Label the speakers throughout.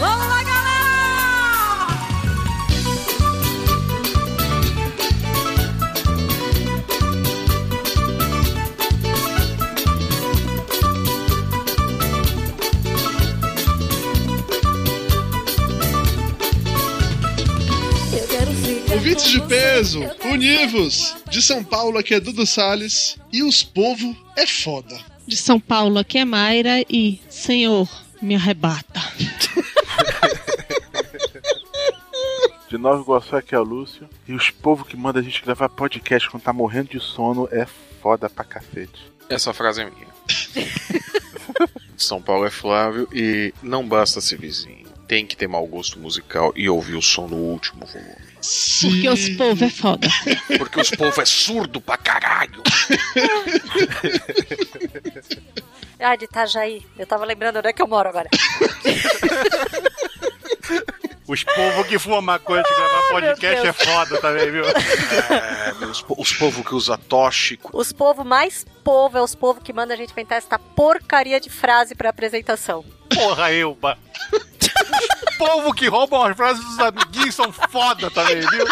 Speaker 1: Vamos lá, galera!
Speaker 2: Eu quero ficar
Speaker 3: Ouvintes de
Speaker 2: com você.
Speaker 3: peso,
Speaker 2: Eu quero
Speaker 3: univos!
Speaker 2: ficar com
Speaker 3: De São Paulo, aqui é Dudu Salles e os povo é foda.
Speaker 4: De São Paulo, aqui é Mayra e Senhor, me arrebata.
Speaker 5: De Nova Iguaçu aqui é o Lúcio. E os povos que mandam a gente gravar podcast quando tá morrendo de sono é foda pra cacete.
Speaker 6: Essa frase é minha. São Paulo é Flávio e não basta ser vizinho. Tem que ter mau gosto musical e ouvir o som no último volume.
Speaker 3: Sim.
Speaker 4: Porque os povos é foda.
Speaker 6: Porque os povos é surdo pra caralho.
Speaker 1: Ah, de Itajaí. Eu tava lembrando onde é que eu moro agora.
Speaker 7: Os povos que fumam maconha de gravar podcast é
Speaker 1: Deus.
Speaker 7: foda também, viu?
Speaker 6: É, meu, os, po- os povos que usa tóxico.
Speaker 1: Os povo mais povo é os povo que manda a gente inventar esta porcaria de frase pra apresentação.
Speaker 7: Porra, Elba. Os povos que roubam as frases dos amiguinhos são foda também, viu?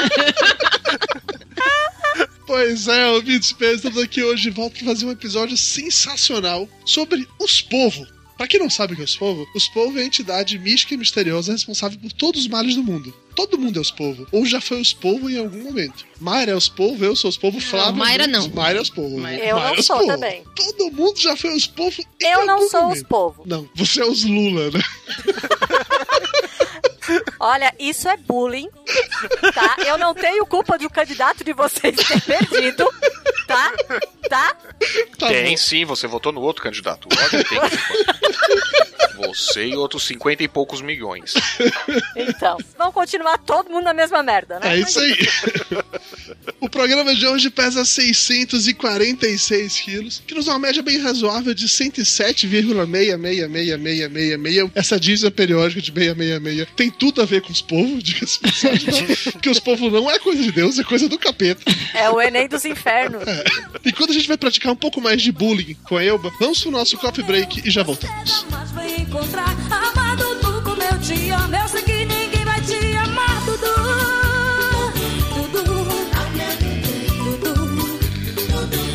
Speaker 3: Pois é, ouvintes de peso, estamos aqui hoje de volta para fazer um episódio sensacional sobre os povo. Pra quem não sabe o que é os povo, os povo é a entidade mística e misteriosa responsável por todos os males do mundo. Todo mundo é os povo, ou já foi os povo em algum momento. Mayra é os povo, eu sou os povo, Flávio.
Speaker 4: Mayra
Speaker 3: Nunes,
Speaker 4: não.
Speaker 3: Mayra é os povo.
Speaker 4: Mayra.
Speaker 1: Eu
Speaker 3: Mayra é
Speaker 1: não
Speaker 3: os
Speaker 1: sou
Speaker 3: povo.
Speaker 1: também.
Speaker 3: Todo mundo já foi os povo em
Speaker 7: é
Speaker 1: Eu não
Speaker 3: algum
Speaker 1: sou os
Speaker 3: momento.
Speaker 1: povo.
Speaker 3: Não, você é os Lula, né?
Speaker 1: Olha, isso é bullying, tá? Eu não tenho culpa do candidato de vocês ter perdido, tá? Tá?
Speaker 3: Tá
Speaker 6: tem
Speaker 3: bom.
Speaker 6: sim, você votou no outro candidato. Olha, tem Você e outros 50 e poucos milhões.
Speaker 1: Então, vamos continuar todo mundo na mesma merda, né?
Speaker 3: É isso aí. o programa de hoje pesa 646 quilos, que nos dá uma média bem razoável de 107,6666666. Essa dízima periódica de 666 tem tudo a ver com os povos, diga-se de passagem, não, porque os povos não é coisa de Deus, é coisa do capeta.
Speaker 1: É o Enem dos Infernos.
Speaker 3: E quando a gente vai praticar um pouco mais de bullying com a Elba, vamos pro nosso coffee break e já voltamos.
Speaker 2: você, Jamais vai encontrar amado tu como eu te amo. Eu sei que ninguém vai te amar, Dudu. Dudu. Dudu. Dudu.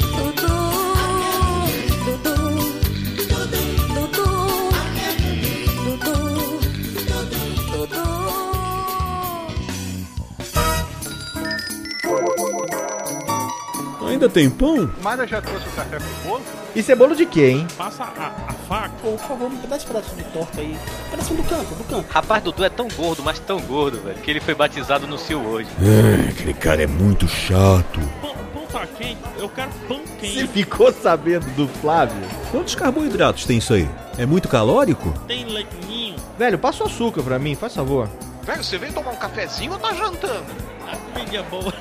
Speaker 2: Dudu. Dudu. Dudu. Dudu.
Speaker 8: Ainda tem pão?
Speaker 7: Mara já trouxe o café com bolo?
Speaker 9: Isso é bolo de quê, hein?
Speaker 10: Passa a, a faca. Pô, por favor, me dá esse pedaço de torta aí. Pedaço do canto, do canto.
Speaker 9: Rapaz, Dudu é tão gordo, mas tão gordo, velho, que ele foi batizado no Sil hoje.
Speaker 8: Aquele cara é muito chato.
Speaker 10: Pão, pão tá quente? Eu quero pão
Speaker 9: Você
Speaker 10: quente.
Speaker 9: ficou sabendo do Flávio?
Speaker 8: Quantos carboidratos tem isso aí? É muito calórico?
Speaker 10: Tem leite ninho.
Speaker 9: Velho, passa o açúcar pra mim, faz favor.
Speaker 6: Velho, você veio tomar um cafezinho ou tá jantando?
Speaker 10: A comida é boa.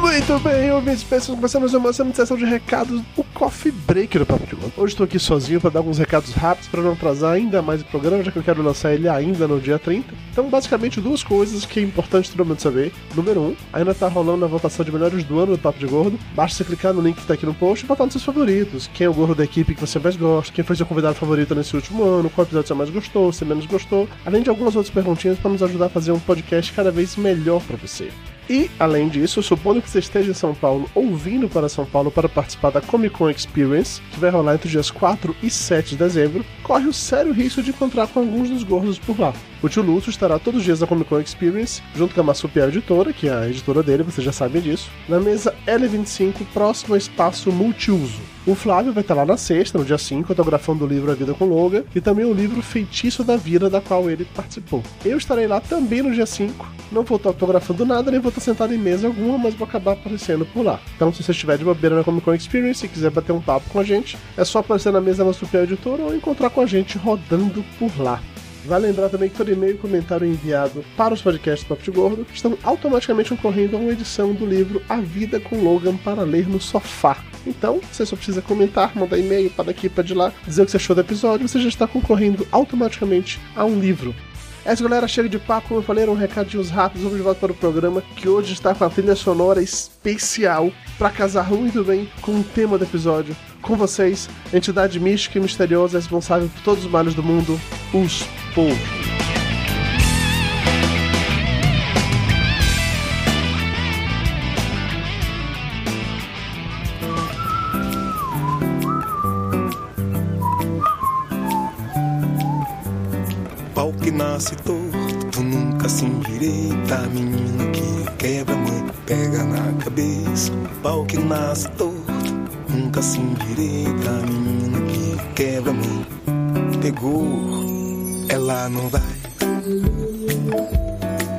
Speaker 9: Muito bem, ouvintes, pessoas, começamos uma semana de sessão de recados, o Coffee Break do Papo de Gordo.
Speaker 3: Hoje estou aqui sozinho para dar alguns recados rápidos para não atrasar ainda mais o programa, já que eu quero lançar ele ainda no dia 30. Então, basicamente, duas coisas que é importante todo mundo saber. Número 1, um, ainda tá rolando a votação de melhores do ano do Papo de Gordo. Basta você clicar no link que tá aqui no post e botar nos seus favoritos. Quem é o gordo da equipe que você mais gosta, quem foi seu convidado favorito nesse último ano, qual episódio você mais gostou, você menos gostou. Além de algumas outras perguntinhas para nos ajudar a fazer um podcast cada vez melhor para você. E, além disso, supondo que você esteja em São Paulo ou vindo para São Paulo para participar da Comic Con Experience, que vai rolar entre os dias 4 e 7 de dezembro, corre o sério risco de encontrar com alguns dos gordos por lá. O tio Lúcio estará todos os dias na Comic Con Experience, junto com a Massupia Editora, que é a editora dele, vocês já sabem disso, na mesa L25, próximo ao espaço multiuso. O Flávio vai estar lá na sexta, no dia 5, autografando o livro A Vida com Loga e também o livro Feitiço da Vida, da qual ele participou. Eu estarei lá também no dia 5. Não vou estar autografando nada, nem vou estar sentado em mesa alguma, mas vou acabar aparecendo por lá. Então, se você estiver de bobeira na Comic Con Experience e quiser bater um papo com a gente, é só aparecer na mesa da Super Editora ou encontrar com a gente rodando por lá.
Speaker 11: Vale lembrar também que todo e-mail e comentário enviado para os podcasts do Papo de Gordo estão automaticamente concorrendo a uma edição do livro A Vida com Logan para ler no sofá. Então, você só precisa comentar, mandar e-mail para daqui para de lá, dizer o que você achou do episódio, você já está concorrendo automaticamente a um livro. Essa galera chega de papo, como eu falei, era um recadinhos rápidos. Vamos de volta para o programa que hoje está com a trilha sonora especial para casar muito bem com o tema do episódio. Com vocês, a entidade mística e misteriosa responsável por todos os males do mundo, os povos.
Speaker 12: Pau que nasce torto, nunca se endireita. Menina que quebra, mãe pega na cabeça. Pau que nasce torto, nunca se endireita. Menina que quebra, mãe pegou, ela não vai.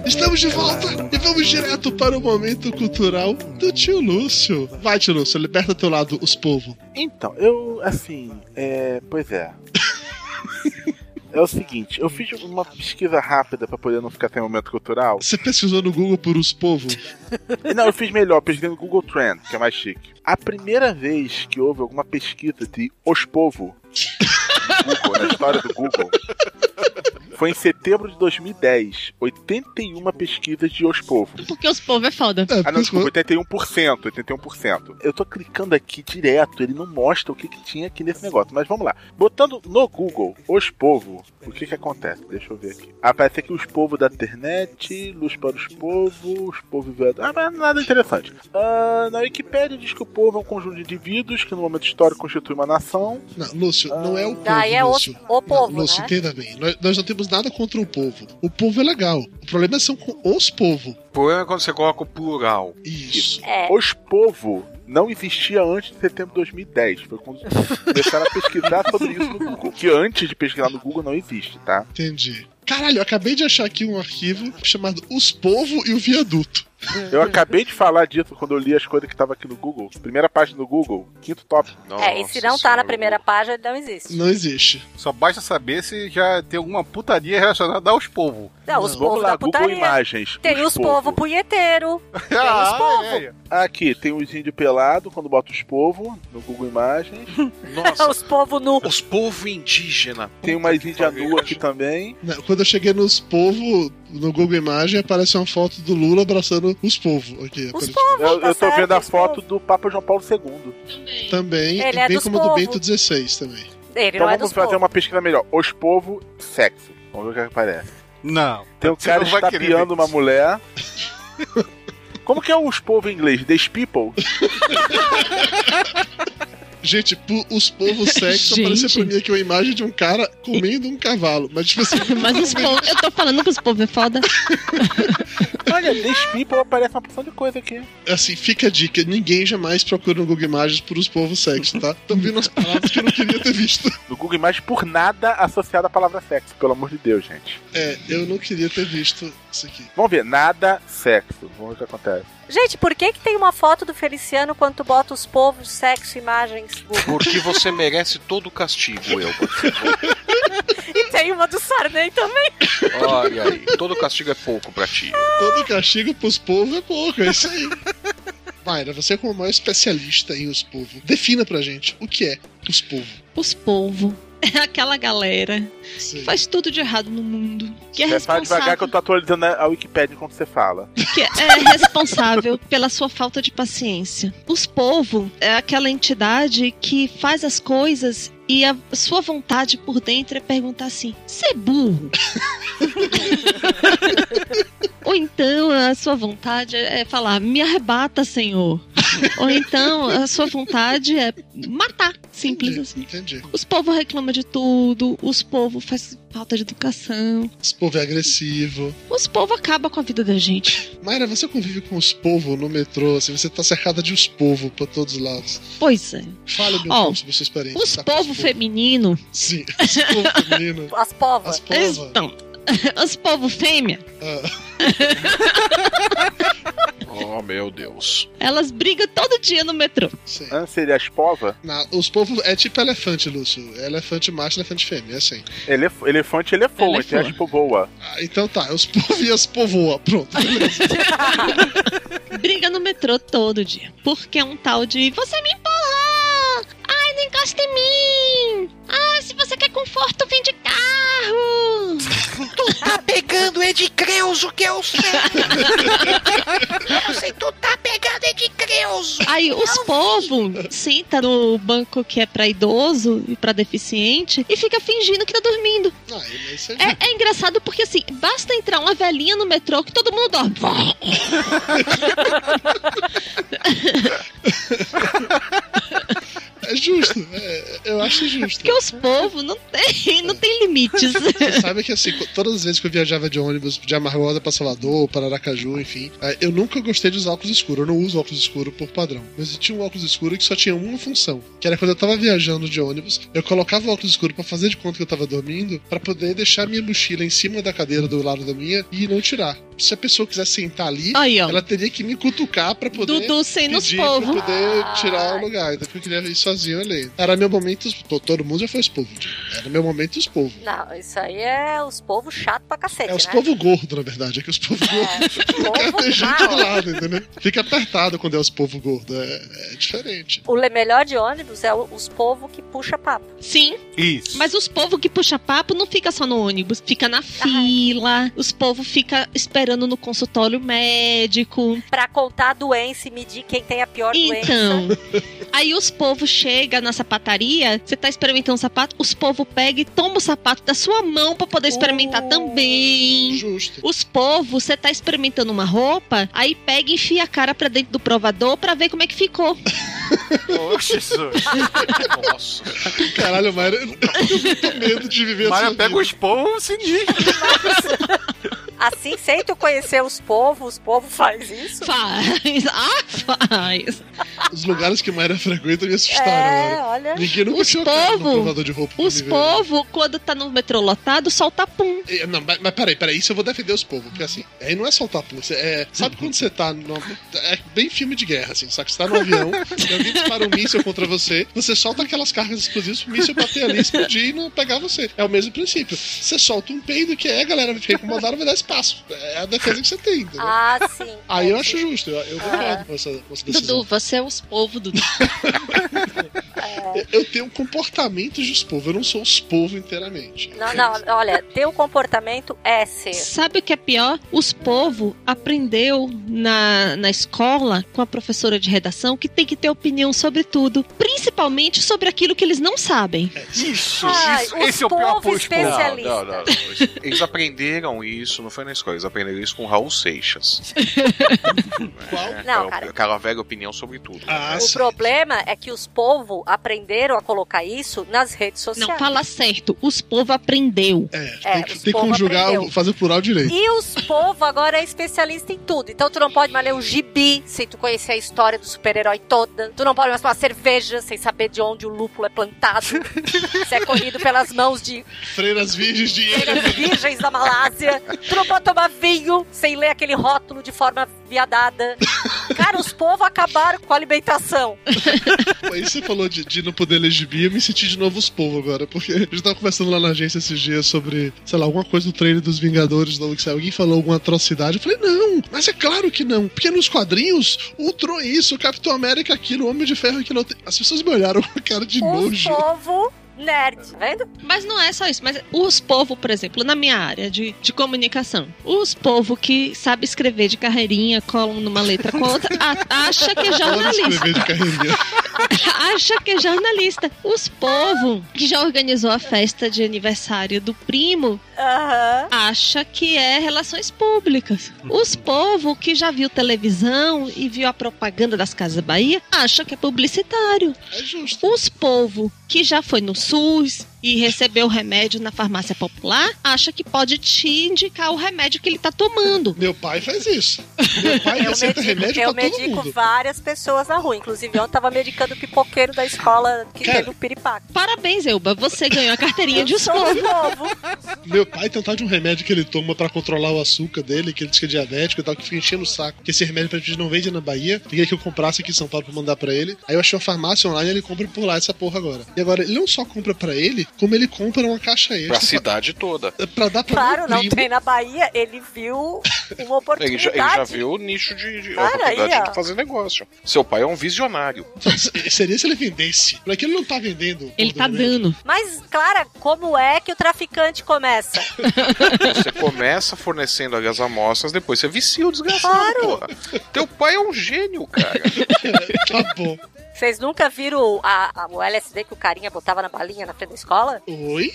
Speaker 3: Estamos de volta e vamos direto para o momento cultural do tio Lúcio. Vai, tio Lúcio, liberta teu lado, os povos.
Speaker 5: Então, eu, assim, é, pois é. É o seguinte, eu fiz uma pesquisa rápida pra poder não ficar sem momento cultural.
Speaker 3: Você pesquisou no Google por os povos?
Speaker 5: Não, eu fiz melhor, pesquisei no Google Trends, que é mais chique. A primeira vez que houve alguma pesquisa de os povo Google, na história do Google, foi em setembro de 2010. 81 pesquisas de os povo.
Speaker 4: Porque os povos é foda.
Speaker 5: Ah, não, desculpa, 81%, 81%. Eu tô clicando aqui direto, ele não mostra o que, que tinha aqui nesse negócio, mas vamos lá. Botando no Google, os povo, o que que acontece? Deixa eu ver aqui. Aparece aqui os povo da internet, luz para os povo, os povo... Ah, mas nada interessante. Ah, na Wikipédia diz que o povo é um conjunto de indivíduos que no momento histórico constitui uma nação.
Speaker 3: Não, Lúcio, não é o povo.
Speaker 1: Daí é o-
Speaker 3: Lúcio.
Speaker 1: o povo,
Speaker 3: Não, Lúcio,
Speaker 1: né?
Speaker 3: entenda bem. Nós, nós não temos nada contra o povo. O povo é legal. O problema são com os povos.
Speaker 6: O problema é quando você coloca o plural.
Speaker 3: Isso.
Speaker 5: Os povo não existia antes de setembro de 2010. Foi quando começaram a pesquisar sobre isso no Google. Que antes de pesquisar no Google não existe, tá?
Speaker 3: Entendi. Caralho, eu acabei de achar aqui um arquivo chamado Os Povo e o Viaduto.
Speaker 5: Eu acabei de falar disso quando eu li as coisas que estavam aqui no Google. Primeira página do Google, quinto tópico.
Speaker 1: é, e se não tá na primeira página, ele não existe.
Speaker 3: Não existe.
Speaker 7: Só basta saber se já tem alguma putaria relacionada aos povos.
Speaker 1: Não, os povos da putaria. Tem os povos punheteiro. Tem
Speaker 7: Ah,
Speaker 1: os povos.
Speaker 5: Aqui, tem os índios pelado quando bota os povos no Google Imagens.
Speaker 1: os povos nu.
Speaker 6: Os povos indígena.
Speaker 5: Tem umas índias nu aqui também.
Speaker 3: Não, Né, Quando eu cheguei nos povos, no Google Imagem, aparece uma foto do Lula abraçando os povos. Aqui, aparece-
Speaker 1: tá
Speaker 5: eu, eu tô vendo a foto do Papa João Paulo II.
Speaker 3: Também,
Speaker 1: Ele
Speaker 3: e
Speaker 1: é
Speaker 3: bem
Speaker 1: dos
Speaker 3: como do
Speaker 1: povo.
Speaker 3: Bento XVI também.
Speaker 1: Ele
Speaker 5: Então
Speaker 1: não é
Speaker 5: vamos
Speaker 1: dos
Speaker 5: fazer
Speaker 1: povos.
Speaker 5: uma pesquisa melhor. Os povos, sexo. Vamos ver o que aparece.
Speaker 7: Não.
Speaker 5: Tem um
Speaker 7: Você
Speaker 5: cara
Speaker 7: não vai querer
Speaker 5: estapeando
Speaker 7: ver
Speaker 5: uma mulher. Como que é os povos em inglês? These people?
Speaker 3: Gente, pu- os povos sexo apareceu pra mim aqui uma imagem de um cara comendo um cavalo. Mas tipo assim.
Speaker 4: Mas os povos. Eu tô falando que os povos é foda.
Speaker 5: Olha, these people aparece uma porção de coisa aqui.
Speaker 3: Assim, fica a dica: ninguém jamais procura no Google Imagens por os povos sexo, tá? Tô vendo as palavras que eu não queria ter visto.
Speaker 5: No Google Imagens, por nada associada à palavra sexo, pelo amor de Deus, gente.
Speaker 3: É, eu não queria ter visto isso aqui.
Speaker 5: Vamos ver, nada sexo. Vamos ver o que acontece.
Speaker 1: Gente, por que, que tem uma foto do Feliciano quando tu bota os povos, sexo, imagens? Google?
Speaker 6: Porque você merece todo o castigo, eu.
Speaker 1: e tem uma do Sarney também.
Speaker 6: Olha aí, todo castigo é pouco pra ti.
Speaker 3: Todo castigo pros povos é pouco, é isso aí. Mayra, você é como maior especialista em os povos, defina pra gente o que é os povos.
Speaker 4: Os povos. É aquela galera que faz tudo de errado no mundo. Que é
Speaker 5: Vai falar devagar que
Speaker 4: responsável,
Speaker 5: eu tô atualizando a Wikipedia enquanto você fala.
Speaker 4: que é responsável pela sua falta de paciência. Os povos é aquela entidade que faz as coisas e a sua vontade por dentro é perguntar assim: ser burro? Ou então a sua vontade é falar: me arrebata, senhor. Ou então a sua vontade é matar, simples assim.
Speaker 3: Entendi.
Speaker 4: Os povos reclamam de tudo, os povos faz falta de educação.
Speaker 3: Os povos é agressivo.
Speaker 4: Os povos acabam com a vida da gente.
Speaker 3: Mayra, você convive com os povos no metrô, assim, você tá cercada de os povos pra todos os lados.
Speaker 4: Pois é.
Speaker 3: Fala, meu
Speaker 4: Ó,
Speaker 3: povo, sobre sua experiência.
Speaker 4: Os
Speaker 3: tá com
Speaker 4: povos feminino.
Speaker 3: Sim, os povos feminino.
Speaker 1: As povas.
Speaker 3: As povas.
Speaker 4: Então, os povos fêmea.
Speaker 3: Ah.
Speaker 6: Ó, Oh, meu Deus.
Speaker 4: Elas brigam todo dia no metrô.
Speaker 5: Ah, seria as pova?
Speaker 3: Na- os povos é tipo elefante, Lúcio. É elefante macho, elefante fêmea, é assim.
Speaker 5: Elef elefante,
Speaker 4: é
Speaker 5: elefante, tem as povoa.
Speaker 3: Ah, então tá, os povos e as povoa, pronto.
Speaker 4: Briga no metrô todo dia. Porque é um tal de você me empurrou! Ai, não encosta em mim! Ah, se você quer conforto, vem de carro!
Speaker 13: Tu tá pegando Ed Creuso, que é eu sei! Eu sei, tu tá pegando Ed Creuso!
Speaker 4: Aí os povos senta no banco que é pra idoso e pra deficiente e fica fingindo que tá dormindo. É, é engraçado porque assim, basta entrar uma velhinha no metrô que todo mundo dorme.
Speaker 3: É justo, é, eu acho justo.
Speaker 4: Porque os povos não tem, não tem limites.
Speaker 3: Você sabe que assim, co- todas as vezes que eu viajava de ônibus de Amargosa pra Salvador, para Aracaju, enfim, eh, eu nunca gostei de usar óculos escuros. Eu não uso óculos escuros por padrão. Mas eu tinha um óculos escuro que só tinha uma função, que era quando eu tava viajando de ônibus, eu colocava o óculos escuro pra fazer de conta que eu tava dormindo, pra poder deixar minha mochila em cima da cadeira do lado da minha e não tirar. Se a pessoa quiser sentar ali,
Speaker 4: Aí, ó.
Speaker 3: ela teria que me cutucar pra poder
Speaker 4: Ah, Dudu sem nos
Speaker 3: pedir pra
Speaker 4: povo.
Speaker 3: poder tirar o lugar. Então eu queria ir sozinho ali. Era meu momento, pô, todo mundo já foi povo. Era meu momento os povos.
Speaker 1: Não, isso aí é os povos chato pra cacete,
Speaker 3: É os
Speaker 1: né?
Speaker 3: povos gordos, na verdade. É que os povos gordos
Speaker 1: Povo
Speaker 3: tem gente do
Speaker 1: mal.
Speaker 3: lado, entendeu? Fica apertado quando é os povos gordos. É, é diferente.
Speaker 1: O le- melhor de ônibus é o- os povos que puxa papo.
Speaker 4: Sim.
Speaker 7: Isso.
Speaker 4: Mas os povos que puxa papo não fica só no ônibus, fica na fila. Os povos fica esperando no consultório médico.
Speaker 1: Pra contar a doença e medir quem tem a pior
Speaker 4: Então,
Speaker 1: doença.
Speaker 4: aí os povos chega na sapataria, você tá experimentando um sapato, os povos pega e toma o sapato da sua mão pra poder experimentar também.
Speaker 3: Justo.
Speaker 4: Os povos, você tá experimentando uma roupa, aí pega e enfia a cara pra dentro do provador pra ver como é que ficou.
Speaker 7: Poxa, Oh, Jesus. Nossa.
Speaker 3: Caralho, Mário, eu tô com medo de viver assim.
Speaker 7: Mário pega os povos sinistros.
Speaker 1: Assim, sem tu conhecer os povos, os povos faz isso?
Speaker 4: Faz. Ah, faz.
Speaker 3: Os lugares que Mayra frequenta me assustaram.
Speaker 4: É,
Speaker 3: Mayra.
Speaker 1: olha.
Speaker 3: Ninguém nunca
Speaker 4: Os
Speaker 3: tinha olhado no provador
Speaker 4: povos,
Speaker 3: de roupa.
Speaker 4: os
Speaker 3: pra me ver.
Speaker 4: povos, quando tá no metrô lotado, solta pum.
Speaker 3: Eh, Não, mas, mas peraí, peraí, isso eu vou defender os povos, porque assim, aí não é soltar pulo. você- É, sabe quando você tá no. É bem filme de guerra, assim, sabe? Você tá no avião e alguém dispara um míssil contra você, você solta aquelas cargas explosivas pro míssil bater ali, explodir e não pegar você. É o mesmo princípio. Você solta um peido que é, a galera vai ficar incomodada, vai dar espaço. É a defesa que você tem, entendeu?
Speaker 1: Ah, sim.
Speaker 3: Aí eu acho justo, eu, eu concordo com essa, com essa decisão.
Speaker 4: Dudu, você é os povos, Dudu.
Speaker 3: Eu- Eu tenho um comportamento de os povos, eu não sou os povos inteiramente.
Speaker 1: Não, não, olha, teu comportamento é ser.
Speaker 4: Sabe o que é pior? Os povos aprendeu na, na escola com a professora de redação que tem que ter opinião sobre tudo, principalmente sobre aquilo que eles não sabem.
Speaker 7: Isso,
Speaker 1: Ai,
Speaker 7: isso.
Speaker 1: Ah, os
Speaker 7: Esse é o pior
Speaker 1: povos
Speaker 7: povo
Speaker 1: especialistas.
Speaker 6: Não, não, não. Eles aprenderam isso, não foi na escola, eles aprenderam isso com Raul Seixas. É, Qual?
Speaker 1: Não, cara.
Speaker 6: Aquela velha opinião sobre tudo.
Speaker 3: Ah,
Speaker 1: O problema é que os povos aprenderam a colocar isso nas redes sociais.
Speaker 4: Não, fala certo. Os povos aprendeu.
Speaker 1: É,
Speaker 3: tem
Speaker 1: os
Speaker 3: que, tem que
Speaker 1: povos
Speaker 3: conjugar,
Speaker 1: aprendeu.
Speaker 3: o- fazer o plural direito.
Speaker 1: E os povos agora é especialista em tudo. Então tu não pode mais ler um gibi sem tu conhecer a história do super-herói toda. Tu não pode mais tomar cerveja sem saber de onde o lúpulo é plantado. Se é colhido pelas mãos de
Speaker 3: Freiras virgens de
Speaker 1: freiras virgens da Malásia. Tu não pode tomar vinho sem ler aquele rótulo de forma viadada. Cara, os povos acabaram com a alimentação.
Speaker 3: Aí você falou de, de não poder ler gibi, eu me senti de novo os povos agora, porque a gente tava conversando lá na agência esses dias sobre, sei lá, alguma coisa do treino dos Vingadores, logo que saiu, alguém falou alguma atrocidade, eu falei, não, mas é claro que não, porque nos quadrinhos, o Tron isso, o Capitão América aquilo, o Homem de Ferro aquilo, as pessoas me olharam com cara de
Speaker 1: Os
Speaker 3: nojo.
Speaker 1: povos Um nerd, tá vendo?
Speaker 4: Mas não é só isso, mas os povos, por exemplo, na minha área de, de comunicação, os povos que sabe escrever de carreirinha, colam numa letra com a outra, a- acha que é jornalista.
Speaker 3: Escrever de carreirinha.
Speaker 4: acha que é jornalista. Os povo que já organizou a festa de aniversário do primo
Speaker 3: Tá
Speaker 4: acha que é relações públicas. Os povo que já viu televisão e viu a propaganda das Casas Bahia acha que é publicitário.
Speaker 3: justo.
Speaker 4: Os povo que já foi no SUS e recebeu o remédio na farmácia popular, acha que pode te indicar o remédio que ele tá tomando.
Speaker 3: Meu pai faz isso. Meu pai receita remédio
Speaker 1: eu
Speaker 3: pra todo
Speaker 1: medico
Speaker 3: mundo.
Speaker 1: várias pessoas na rua. Inclusive, ontem tava medicando o pipoqueiro da escola que
Speaker 3: Cara.
Speaker 1: teve o piripaque. Um
Speaker 4: Parabéns, Elba. Você ganhou a carteirinha de um
Speaker 1: Eu sou
Speaker 3: assim?
Speaker 4: escola.
Speaker 3: Meu pai tem um tal de um remédio que ele toma pra controlar o açúcar dele, que ele diz que é diabético e tal, que fica enchendo o saco. Que esse remédio pra gente não vende na Bahia. Queria que eu comprasse aqui em São Paulo pra mandar pra ele. Aí eu achei uma farmácia online e ele compra por lá essa porra agora. E agora, ele não só compra pra ele, como ele compra uma caixa extra. É
Speaker 6: Pra cidade toda.
Speaker 3: pra- Pra dar pra
Speaker 1: Claro,
Speaker 3: meu
Speaker 1: não
Speaker 3: primo.
Speaker 1: tem na Bahia. Ele viu uma
Speaker 6: Ele
Speaker 1: oportunidade.
Speaker 6: já, ele já viu o nicho de, de
Speaker 1: Cara,
Speaker 6: oportunidade
Speaker 1: aí, ó.
Speaker 6: de fazer negócio. Seu pai é um visionário.
Speaker 3: Seria se ele vendesse. Pra que ele não tá vendendo.
Speaker 4: Ele tá
Speaker 7: né?
Speaker 4: dando.
Speaker 1: Mas, Clara, como é que o traficante começa?
Speaker 6: Você começa fornecendo ali as amostras, depois você vicia o desgraçado, porra. Teu pai é um gênio, cara.
Speaker 3: tá bom.
Speaker 1: Vocês nunca viram a, a- o LSD que o carinha botava na balinha na frente da escola?
Speaker 3: Oi?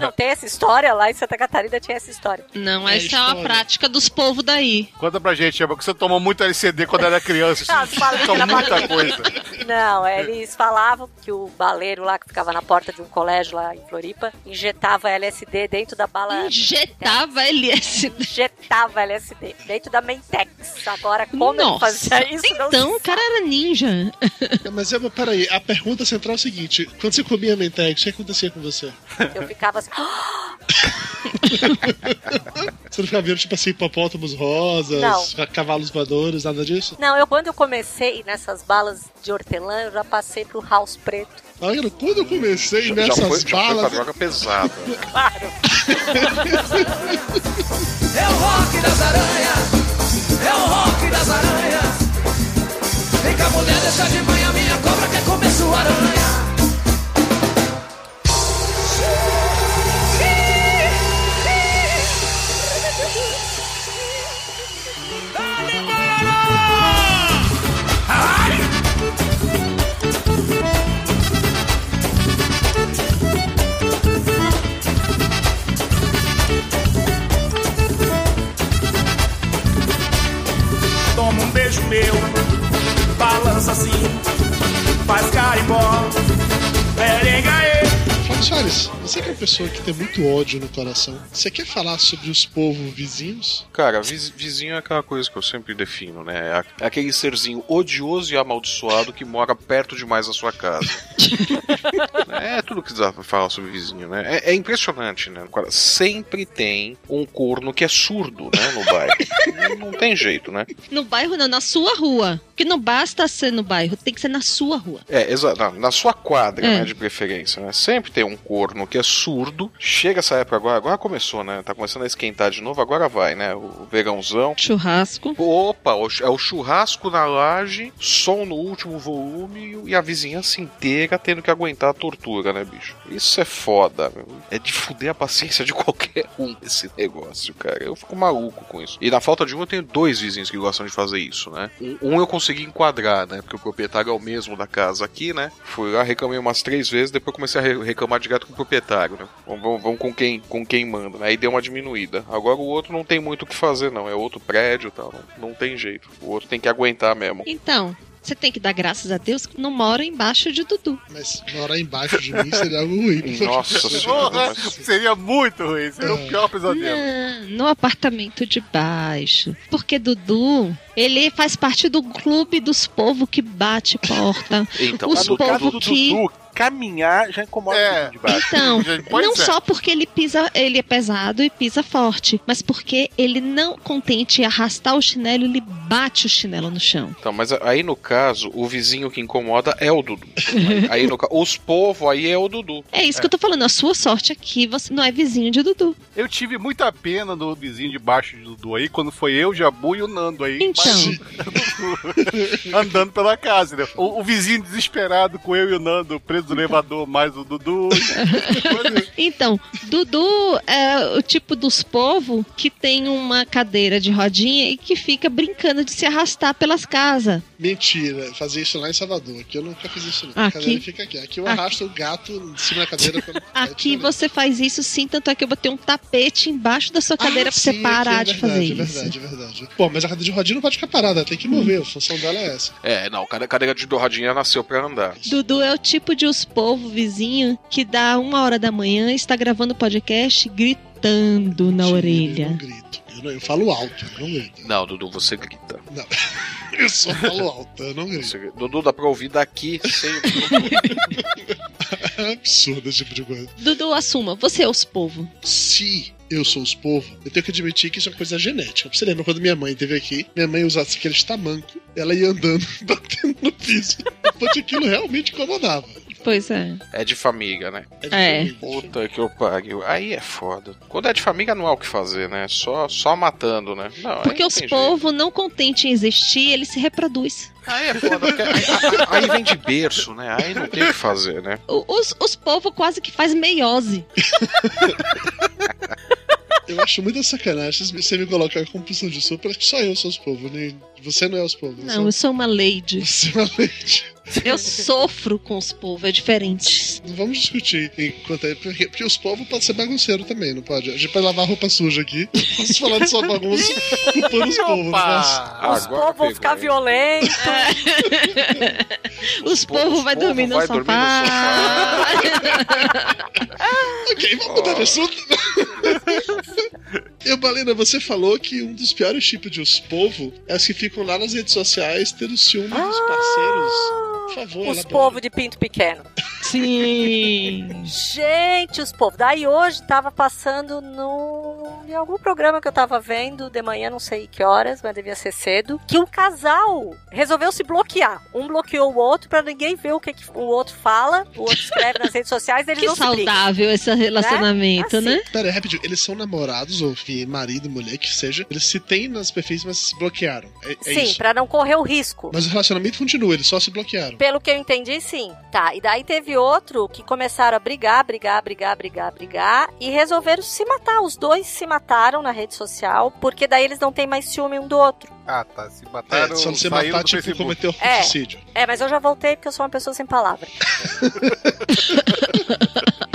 Speaker 1: não tem essa história? Lá em Santa Catarina tinha essa história.
Speaker 4: Não,
Speaker 7: É
Speaker 4: essa é uma
Speaker 7: história.
Speaker 4: prática dos povos daí.
Speaker 7: Conta pra gente, Eva, que você tomou muito LCD quando era criança.
Speaker 1: Ah, as
Speaker 7: Isso
Speaker 1: balinhas
Speaker 7: explica
Speaker 1: na
Speaker 7: muita
Speaker 1: balinha.
Speaker 7: coisa.
Speaker 1: Não, eles falavam que o baleiro lá que ficava na porta de um colégio lá em Floripa injetava LSD dentro da bala.
Speaker 4: Injetava LSD.
Speaker 1: Injetava LSD dentro da Mentex. Agora, como ele
Speaker 4: Nossa,
Speaker 1: fazia isso?
Speaker 4: então o cara era ninja.
Speaker 3: Mas Eva, peraí, a pergunta central é a seguinte: quando você comia Mentex, o que acontecia com você?
Speaker 1: Eu ficava assim. "Ah!"
Speaker 3: Você não ficava vendo, tipo assim, hipopótamos rosas,
Speaker 1: Não.
Speaker 3: cavalos voadores, nada disso?
Speaker 1: Não, eu quando eu comecei nessas balas de hortelã, eu já passei pro house preto.
Speaker 3: Olha, quando eu comecei
Speaker 6: Já
Speaker 3: nessas
Speaker 6: foi, já foi pra
Speaker 3: balas.
Speaker 6: droga pesada.
Speaker 2: É o rock das aranhas, é o rock das aranhas. Vem cá, mulher, deixa de manhã, minha cobra quer comer sua aranha.
Speaker 10: Toma um beijo meu, balança assim, faz carimbó, perengaê.
Speaker 3: Fábio Soares, você que é uma pessoa que tem muito ódio no coração, você quer falar sobre os povos vizinhos?
Speaker 6: Cara, viz- vizinho é aquela coisa que eu sempre defino, né? É a- É aquele serzinho odioso e amaldiçoado que mora perto demais da sua casa. é tudo que dá pra falar sobre vizinho, né? É, é impressionante, né? Cara, sempre tem um corno que é surdo, né, no bairro. Não tem jeito, né?
Speaker 4: No bairro não, na sua rua. Porque não basta ser no bairro, tem que ser na sua rua.
Speaker 6: É, exato. Na- Na sua quadra,
Speaker 4: É.
Speaker 6: né, de preferência, né? Sempre tem um corno que é surdo. Chega essa época agora, agora começou, né? Tá começando a esquentar de novo, agora vai, né? O verãozão.
Speaker 4: Churrasco.
Speaker 6: Opa, o chu- é o churrasco na laje, som no último volume e a vizinhança inteira tendo que aguentar a tortura, né, bicho? Isso é foda, meu. É de fuder a paciência de qualquer um esse negócio, cara. Eu fico maluco com isso. E na falta de um, eu tenho dois vizinhos que gostam de fazer isso, né? Um, um eu consegui enquadrar, né? Porque o proprietário é o mesmo da casa aqui, né? Fui lá, reclamei umas três vezes, depois comecei a re- reclamar direto com o proprietário, né? Vamos, vamos- vamos com, quem, com quem manda, né? Aí deu uma diminuída. Agora o outro não tem muito o que fazer, não. É outro prédio e tal. Não, não tem jeito. O outro tem que aguentar mesmo.
Speaker 4: Então, você tem que dar graças a Deus que não mora embaixo de Dudu.
Speaker 3: Mas morar embaixo de mim seria algo ruim.
Speaker 6: Nossa
Speaker 7: Porra, Seria muito ruim, seria o pior pesadelo.
Speaker 4: Não, no apartamento de baixo. Porque Dudu, ele faz parte do clube dos povos que bate porta.
Speaker 5: Então,
Speaker 4: Os
Speaker 5: no caso
Speaker 4: povos
Speaker 5: do
Speaker 4: que.
Speaker 5: Dudu, caminhar já incomoda é. de baixo.
Speaker 4: Então, não só porque ele pisa, ele é pesado e pisa forte, mas porque ele não contente em arrastar o chinelo, ele bate o chinelo no chão.
Speaker 6: Então, mas a- aí no caso, o vizinho que incomoda é o Dudu. Aí no caso, os povos aí é o Dudu.
Speaker 4: É isso que eu tô falando. A sua sorte é que você não é vizinho de Dudu.
Speaker 7: Eu tive muita pena do vizinho de baixo de Dudu aí, quando foi eu, Jabu e o Nando aí. mas- andando pela casa, né? O, o vizinho desesperado com eu e o Nando preso no elevador, mais o Dudu.
Speaker 4: Então, Dudu é o tipo dos povos que tem uma cadeira de rodinha e que fica brincando de se arrastar pelas casas.
Speaker 3: Mentira, fazer isso lá em Salvador. Aqui eu nunca fiz isso não. A
Speaker 4: Aqui?
Speaker 3: cadeira fica aqui. Aqui eu
Speaker 4: Aqui.
Speaker 3: arrasto o gato em cima da cadeira quando
Speaker 4: Aqui você faz isso sim, tanto é que eu botei um tapete embaixo da sua cadeira pra você
Speaker 3: Ah, Sim,
Speaker 4: parar
Speaker 3: aqui é
Speaker 4: de fazer
Speaker 3: verdade,
Speaker 4: isso.
Speaker 3: É verdade, é verdade. Pô, mas a cadeira de rodinha não pode ficar parada, ela tem que mover, a função dela é essa.
Speaker 6: É, não, cada cadeira de dorradinha nasceu pra andar.
Speaker 4: Dudu é o tipo de, nosso povo vizinho que dá uma hora da manhã, está gravando podcast gritando na orelha.
Speaker 3: Eu, não- eu falo alto, eu não grito.
Speaker 6: Não, Dudu, você grita.
Speaker 3: Não. Eu só falo alto, eu não grito.
Speaker 6: Você- Dudu, dá pra ouvir daqui sem o
Speaker 3: É absurdo esse tipo de coisa.
Speaker 4: Dudu, assuma, você é os povo.
Speaker 3: Se eu sou os povo, eu tenho que admitir que isso é uma coisa genética. Você lembra quando minha mãe esteve aqui? Minha mãe usava aqueles tamancos, ela ia andando, batendo no piso. Porque aquilo realmente incomodava.
Speaker 4: Pois é.
Speaker 6: É de família, né?
Speaker 3: É
Speaker 4: de É. família.
Speaker 6: Puta que eu pariu. Aí é foda. Quando é de família não há o que fazer, né? Só, só matando, né? Não,
Speaker 4: Porque
Speaker 6: aí
Speaker 4: os
Speaker 6: tem
Speaker 4: povo não contente em existir, ele se reproduz.
Speaker 6: Aí é foda, porque jeito. Aí vem de berço, né? Aí não tem o que fazer, né?
Speaker 4: Os, os povo quase que faz meiose.
Speaker 3: Eu acho muita sacanagem você me colocar com pulsão de sopro, acho que só eu sou os povos, né? Você não é os povos.
Speaker 4: Não, eu sou uma lady.
Speaker 3: Você é uma lady.
Speaker 4: Eu sofro com os povo, é diferente.
Speaker 3: Não vamos discutir enquanto é. Porque, porque os povos podem ser bagunceiro também, não pode? A gente pode lavar roupa suja aqui. Vamos falar de só bagunça culpando os povos. não posso?
Speaker 1: Os povos vão ficar violentos.
Speaker 4: É. Os povos vai dormir no sofá.
Speaker 3: ok, vamos mudar de assunto. né? Eu, Balena, você falou que um dos piores tipos de os povo é os que ficam lá nas redes sociais tendo ciúme dos parceiros. Por favor,
Speaker 1: Ah! Os
Speaker 3: elabora.
Speaker 1: povos de pinto pequeno.
Speaker 4: Sim.
Speaker 1: Gente, os povos. Daí hoje tava passando no. em algum programa que eu tava vendo de manhã, não sei que horas, mas devia ser cedo. Que um casal resolveu se bloquear. Um bloqueou o outro pra ninguém ver o que, que o outro fala, o outro escreve nas redes sociais e eles
Speaker 4: Que
Speaker 1: não se brigam. né? Assim.
Speaker 4: saudável esse relacionamento, né?
Speaker 3: Pera aí, rapidinho. Eles são namorados, ou enfim, marido, mulher, que seja. Eles se têm nos perfis, mas se bloquearam. É, é
Speaker 1: Sim,
Speaker 3: isso.
Speaker 1: pra não correr o risco.
Speaker 3: Mas o relacionamento continua, eles só se bloquearam.
Speaker 1: Pelo que eu entendi, sim. Tá, e daí teve outro que começaram a brigar, brigar, brigar, brigar, brigar e resolveram se matar. Os dois se mataram na rede social, porque daí eles não têm mais ciúme um do outro.
Speaker 7: Ah, tá. Se mataram.
Speaker 3: É, só você
Speaker 7: saíram
Speaker 3: matar,
Speaker 7: do
Speaker 3: tipo,
Speaker 7: Facebook.
Speaker 3: cometeu
Speaker 1: É.
Speaker 3: suicídio.
Speaker 1: É, mas eu já voltei porque eu sou uma pessoa sem palavras.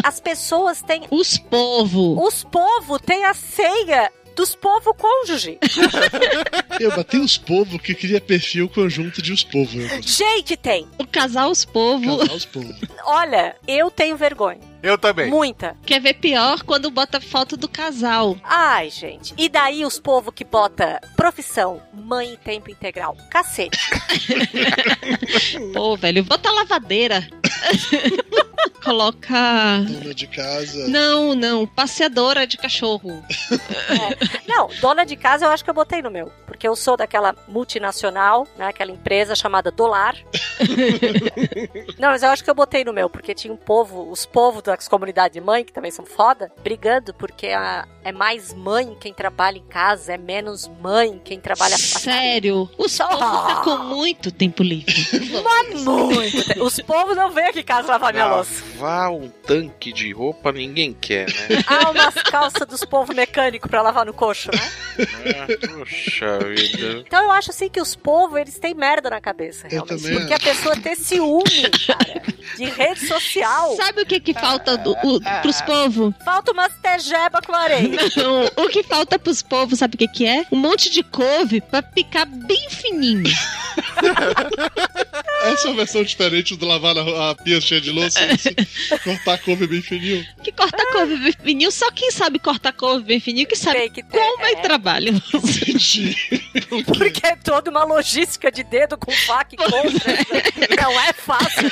Speaker 1: As pessoas têm.
Speaker 4: Os povo.
Speaker 1: Os povo têm a ceia dos povo cônjuge.
Speaker 3: Eu bati os povos que queria perfil conjunto de os povos. Eu bati
Speaker 1: Gente, tem.
Speaker 4: O casal os povo.
Speaker 3: os povos.
Speaker 1: Olha, eu tenho vergonha.
Speaker 7: Eu também.
Speaker 1: Muita.
Speaker 4: Quer ver pior quando bota foto do casal.
Speaker 1: Ai, gente. E daí os povo que bota profissão, mãe e tempo integral. Cacete.
Speaker 4: Pô, velho, bota lavadeira. Coloca.
Speaker 3: Dona de casa.
Speaker 4: Não, não, passeadora de cachorro.
Speaker 1: Não, dona de casa eu acho que eu botei no meu. Porque eu sou daquela multinacional, né? Aquela empresa chamada Dolar. Não, mas eu acho que eu botei no meu, porque tinha um povo, os povos das comunidades de mãe, que também são foda, brigando porque a- é mais mãe quem trabalha em casa, é menos mãe quem trabalha
Speaker 4: Sério, os povos tá com muito tempo livre.
Speaker 1: Mas muito. Os povos não vêm aqui em casa lavar minha louça.
Speaker 6: Lavar um tanque de roupa ninguém quer, né?
Speaker 1: Ah, umas calças dos povos mecânicos pra lavar no coxo, né?
Speaker 6: É, Puxa vida.
Speaker 1: Então eu acho assim que os povos, eles têm merda na cabeça, realmente.
Speaker 6: também
Speaker 1: Porque a pessoa ter ciúme, cara, de rede social.
Speaker 4: Sabe o que que falta do, o, pros povos?
Speaker 1: Falta umas tejeba com areia.
Speaker 4: Não, o que falta pros povos, sabe o que que é? Um monte de couve pra picar bem fininho.
Speaker 3: Essa é uma versão diferente do lavar a, a pia cheia de louça. isso. Cortar a couve bem fininho.
Speaker 4: Que
Speaker 1: Ah.
Speaker 4: corta couve bem fininho, só quem sabe cortar couve bem fininho que sabe como é trabalho.
Speaker 1: Porque é toda uma logística de dedo com faca e contra. Não é fácil.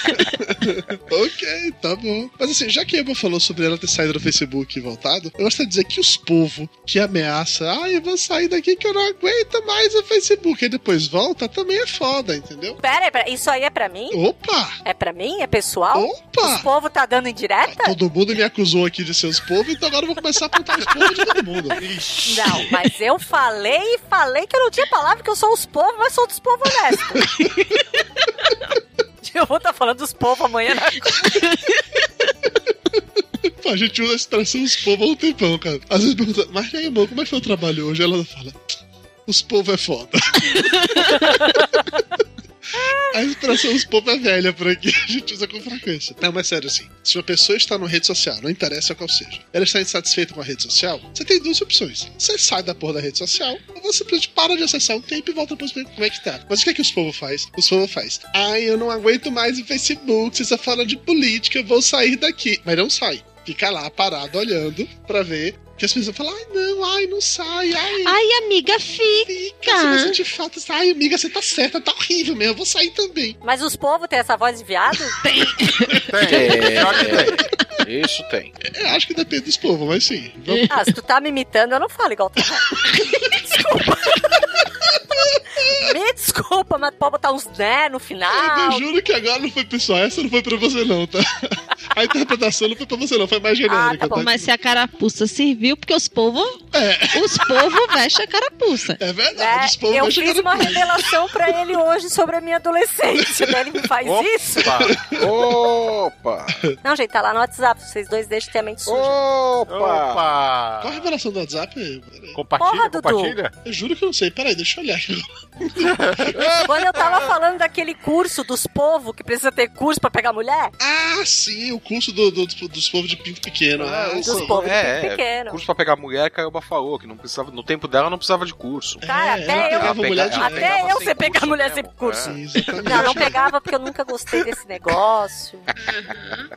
Speaker 3: ok, tá bom. Mas assim, já que a Eva falou sobre ela ter saído do Facebook e voltado, eu gosto de dizer que os povos que ameaça, ah, eu vou sair daqui que eu não aguento mais o Facebook, e depois volta, também é foda, entendeu?
Speaker 1: Pera, aí, pera, isso aí é pra mim?
Speaker 3: Opa!
Speaker 1: É pra mim? É pessoal?
Speaker 3: Opa!
Speaker 1: Os povos tá dando indireta?
Speaker 3: Todo mundo me acusou aqui de ser os povos, então agora eu vou começar a apontar os povos de todo mundo.
Speaker 1: Não, mas eu falei e falei que eu não tinha palavra, que eu sou os povos, mas sou dos povos honestos. Eu vou estar falando dos povos amanhã. Na...
Speaker 3: Pô, A gente usa a expressão os povos há um tempão, cara. Às vezes pergunta, mas e aí, amor, como é que foi o trabalho hoje? Ela fala, os povos é foda. A expressão os povo é velha por aqui, a gente usa com frequência. Não, mas sério assim, se uma pessoa está numa rede social, não interessa qual seja, ela está insatisfeita com a rede social, você tem duas opções. Você sai da porra da rede social, ou você simplesmente para de acessar um tempo e volta depois pra ver como é que tá. Mas o que é que os povo faz? Os povo faz, ai, eu não aguento mais o Facebook, vocês estão falando de política, eu vou sair daqui. Mas não sai. Fica lá parado olhando pra ver que as pessoas falam, ai não, ai não sai, ai.
Speaker 4: Ai, amiga, fica.
Speaker 1: Ah.
Speaker 3: Fica, se você de fato sai, ai amiga, você tá certa, tá horrível mesmo, eu vou sair também.
Speaker 1: Mas os povos têm essa voz de viado? Tem.
Speaker 6: É, é. Isso tem.
Speaker 3: Eu acho que depende dos povos, mas sim. Vamos-
Speaker 1: Ah, se tu tá me imitando, eu não falo igual tu tá. fala. Desculpa. Me desculpa, mas pode botar uns né no final.
Speaker 3: Eu juro que agora não foi pessoal, essa não foi pra você não, tá? A interpretação não foi pra você não, foi
Speaker 1: Ah,
Speaker 3: mais genérica. tá?
Speaker 4: Mas se a carapuça serviu, porque os povos. Os povos vestem a carapuça.
Speaker 3: É
Speaker 1: Né? eu fiz uma revelação pra ele hoje sobre a minha adolescência. Daí ele me faz isso.
Speaker 6: Opa!
Speaker 1: Não, gente, tá lá no WhatsApp. Vocês dois deixam ter a mente suja.
Speaker 3: Qual a revelação do WhatsApp? Peraí.
Speaker 1: Compartilha, Porra, Dudu. compartilha.
Speaker 3: Eu juro que eu não sei, peraí, deixa eu olhar.
Speaker 1: Quando eu tava falando daquele curso dos povos que precisa ter curso pra pegar mulher,
Speaker 3: Ah, sim, o curso do- do- dos povos de pinto pequeno. Ah,
Speaker 6: É,
Speaker 3: sim.
Speaker 6: é, Curso pra pegar mulher, que a Elba falou, que não precisava, no tempo dela não precisava de curso.
Speaker 1: cara,
Speaker 3: É,
Speaker 1: até eu,
Speaker 6: Ela pegava mulher direto.
Speaker 1: até eu sei pegar mulher sem
Speaker 7: é.
Speaker 1: curso. Não, não pegava porque eu nunca gostei desse negócio.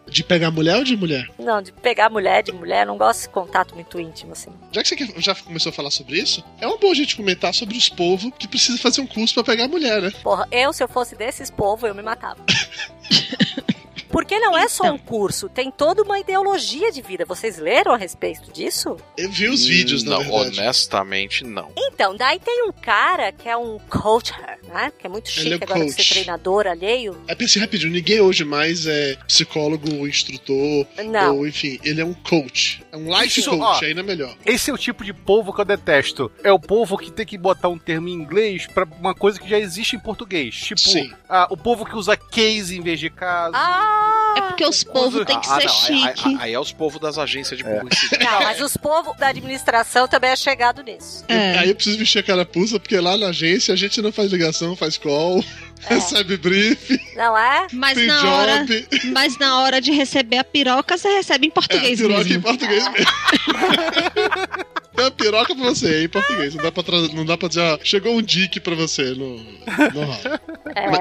Speaker 3: De pegar mulher ou de mulher?
Speaker 1: Não, de pegar mulher de mulher, não gosto desse contato muito íntimo, assim.
Speaker 3: Já que você quer- já começou a falar sobre isso, é uma boa a gente comentar sobre os povos que precisam fazer um curso pra pegar mulher, né?
Speaker 1: Porra, eu, se eu fosse desses povos, eu me matava. Porque não é só um
Speaker 3: Então.
Speaker 1: curso, tem toda uma ideologia de vida. Vocês leram a respeito disso?
Speaker 3: Eu vi os vídeos,
Speaker 6: não, né? honestamente, não.
Speaker 1: Então, daí tem um cara que é um coacher, né? Que é muito
Speaker 3: Ele
Speaker 1: chique
Speaker 3: é o
Speaker 1: agora de
Speaker 3: coach.
Speaker 1: ser treinador alheio.
Speaker 3: É pensei rapidinho, ninguém hoje mais é psicólogo, ou instrutor,
Speaker 1: Não.
Speaker 3: ou enfim, ele é um coach. É um life
Speaker 7: Isso,
Speaker 3: coach,
Speaker 7: ó.
Speaker 3: ainda melhor.
Speaker 7: Esse é o tipo de povo que eu detesto. É o povo que tem que botar um termo em inglês pra uma coisa que já existe em português. Tipo, ah, o povo que usa case em vez de caso.
Speaker 1: Ah,
Speaker 4: É porque os povos têm que ser chique.
Speaker 6: Ah, Aí, aí é os povos das agências de publicidade.
Speaker 1: Não, mas os povos da administração também é chegado nisso.
Speaker 4: É.
Speaker 3: Aí eu preciso vestir a carapuça, porque lá na agência a gente não faz ligação, faz call, recebe brief.
Speaker 1: Não é?
Speaker 4: É. Mas
Speaker 3: Tem
Speaker 4: na
Speaker 3: job.
Speaker 4: hora, mas na hora de receber a piroca, você recebe em português
Speaker 3: É, piroca
Speaker 4: é mesmo.
Speaker 3: em português mesmo. Dá piroca pra você, é em português. Não dá pra, tra- não dá pra dizer, ó, chegou um dick pra você. Não, não rola.
Speaker 1: É.
Speaker 3: Mas,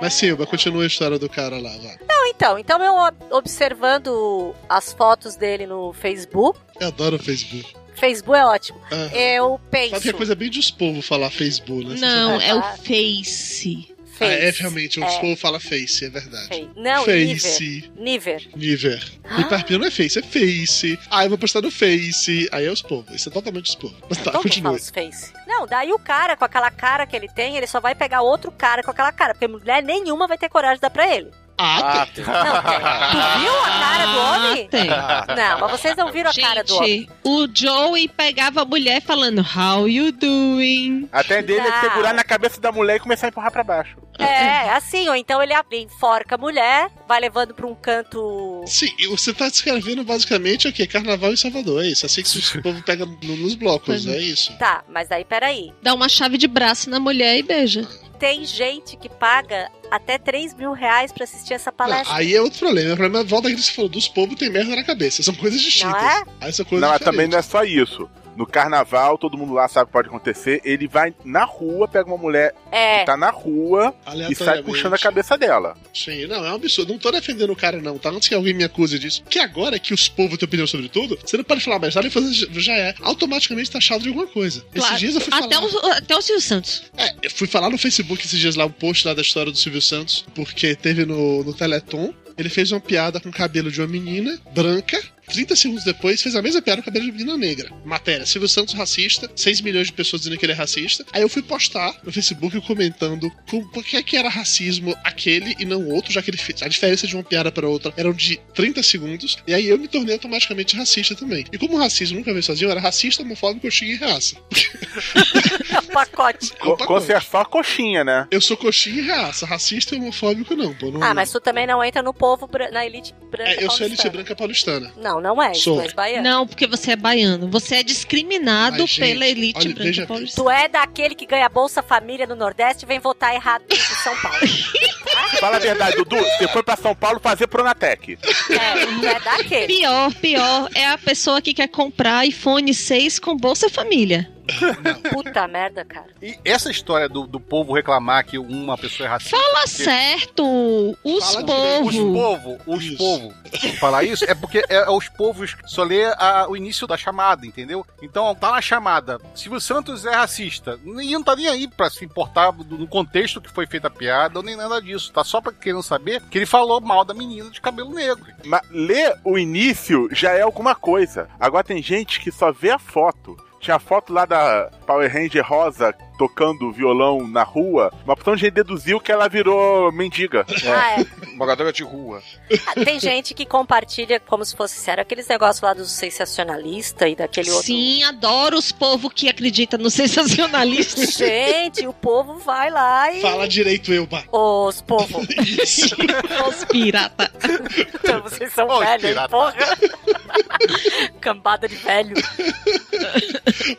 Speaker 3: mas sim, mas continua a história do cara lá, vai.
Speaker 1: Não, então. Então eu ob- observando as fotos dele no Facebook.
Speaker 3: Eu adoro o Facebook.
Speaker 1: Facebook é ótimo.
Speaker 3: Ah. Sabe
Speaker 1: Eu
Speaker 3: que é
Speaker 1: penso.
Speaker 3: coisa bem de os povos falar Facebook, né?
Speaker 4: Não, é o
Speaker 1: tá.
Speaker 3: Face. Ah, é realmente, os
Speaker 1: é.
Speaker 3: povos falam Face, é verdade.
Speaker 1: Não,
Speaker 3: Face.
Speaker 1: Niver. Niver. Ah.
Speaker 3: Niver. E Parpinho não é Face, é Face. Ah, eu vou postar no Face. Aí é os povos, isso é totalmente os povos. Mas tá,
Speaker 1: Todo mundo fala
Speaker 3: continua.
Speaker 1: os face. Não, daí o cara com aquela cara que ele tem, ele só vai pegar outro cara com aquela cara, porque mulher nenhuma vai ter coragem de dar pra ele.
Speaker 3: Ah,
Speaker 6: tem.
Speaker 1: Tu viu a cara do homem?
Speaker 4: Ah, tem.
Speaker 1: Não, mas vocês não viram a cara do homem.
Speaker 4: Gente, o Joey pegava a mulher falando How you doing?
Speaker 5: Até dele é
Speaker 1: Não.
Speaker 5: segurar na cabeça da mulher e começar a empurrar pra baixo.
Speaker 1: É, assim, ou então ele abre, enforca a mulher, vai levando pra um canto.
Speaker 3: Sim, e você tá descrevendo basicamente o quê? Carnaval em Salvador, é isso. Assim que o povo pega no- nos blocos,
Speaker 4: Pois é.
Speaker 3: é isso.
Speaker 1: Tá, mas daí peraí.
Speaker 4: Dá uma chave de braço na mulher e beija.
Speaker 1: Tem gente que paga até 3 mil reais pra assistir essa
Speaker 3: Não,
Speaker 1: palestra.
Speaker 3: aí é outro problema. O problema é a volta que você falou dos povos tem merda na cabeça. São coisas distintas.
Speaker 1: Não é?
Speaker 3: Aí são coisas
Speaker 5: Não, mas
Speaker 3: diferentes.
Speaker 5: também não é só isso. No carnaval, todo mundo lá sabe o que pode acontecer. Ele vai na rua, pega uma mulher
Speaker 1: É.
Speaker 5: que tá na rua
Speaker 3: É
Speaker 5: é. e sai
Speaker 3: Aleatoriamente.
Speaker 5: puxando a cabeça dela.
Speaker 3: Sim, não, é um absurdo. Não tô defendendo o cara, não, tá? Antes que alguém me acuse disso. Que agora que os povos têm opinião sobre tudo, você não pode falar, mas nada fazer já é automaticamente taxado de alguma coisa. Esses dias eu fui
Speaker 4: até,
Speaker 3: falar.
Speaker 4: o, até o Silvio Santos.
Speaker 3: É, eu fui falar no Facebook esses dias lá um post lá da história do Silvio Santos, porque teve no, no Teleton. Ele fez uma piada com o cabelo de uma menina branca. 30 segundos depois, fez a mesma piada com o cabelo de uma menina negra. Matéria: Silvio Santos racista, 6 milhões de pessoas dizendo que ele é racista. Aí eu fui postar no Facebook comentando com, por que, que era racismo aquele e não outro, já que ele fez. A diferença de uma piada para outra eram de 30 segundos. E aí eu me tornei automaticamente racista também. E como o racismo nunca veio sozinho, eu era racista, homofóbico, xingue e raça.
Speaker 1: pacote.
Speaker 5: Co- Você é só coxinha, né?
Speaker 3: Eu sou coxinha e raça. Racista e homofóbico, não, pô. Não,
Speaker 1: Ah, mas tu também não entra no povo, bran- na elite branca
Speaker 3: É, eu sou elite
Speaker 1: paulistana.
Speaker 3: branca paulistana.
Speaker 1: Não, não é.
Speaker 3: Sou.
Speaker 1: Tu és baiano.
Speaker 4: Não, porque você é baiano. Você é discriminado
Speaker 3: Ai, gente,
Speaker 4: pela elite
Speaker 3: olha, veja
Speaker 4: branca paulistana.
Speaker 1: Tu é daquele que ganha Bolsa Família no Nordeste e vem votar errado em São Paulo.
Speaker 5: Fala a verdade, Dudu. Você foi pra São Paulo fazer Pronatec.
Speaker 1: É, tu é daquele.
Speaker 4: Pior, pior é a pessoa que quer comprar iPhone 6 com Bolsa Família.
Speaker 1: Puta merda, cara.
Speaker 7: E essa história do, do povo reclamar que uma pessoa é racista.
Speaker 4: Fala
Speaker 7: porque-
Speaker 4: certo! Os
Speaker 7: Fala direito. Os
Speaker 4: povo.
Speaker 7: povo, os povo. Falar isso é porque é, é os povos só lê a- o início da chamada, entendeu? Então tá na chamada. Silvio Santos é racista. E não tá nem aí pra se importar do, do contexto que foi feita a piada ou nem nada disso. Tá só pra querendo saber que ele falou mal da menina de cabelo negro.
Speaker 5: Mas ler o início já é alguma coisa. Agora tem gente que só vê a foto. Tinha a foto lá da Power Ranger rosa tocando violão na rua. Uma opção de gente deduziu que ela virou mendiga.
Speaker 1: Ah, é.
Speaker 6: Moradora de rua.
Speaker 1: Ah, Tem gente que compartilha como se fosse sério aqueles negócios lá do sensacionalista e daquele outro.
Speaker 4: Sim, adoro os povo que acredita no sensacionalismo.
Speaker 1: Gente, o povo vai lá e.
Speaker 3: Fala direito, eu, pá.
Speaker 1: Os povo.
Speaker 3: Isso.
Speaker 4: Os pirata.
Speaker 1: Então, vocês são
Speaker 3: Os
Speaker 1: velhos, hein,
Speaker 3: pirata.
Speaker 1: porra. Cambada de velho.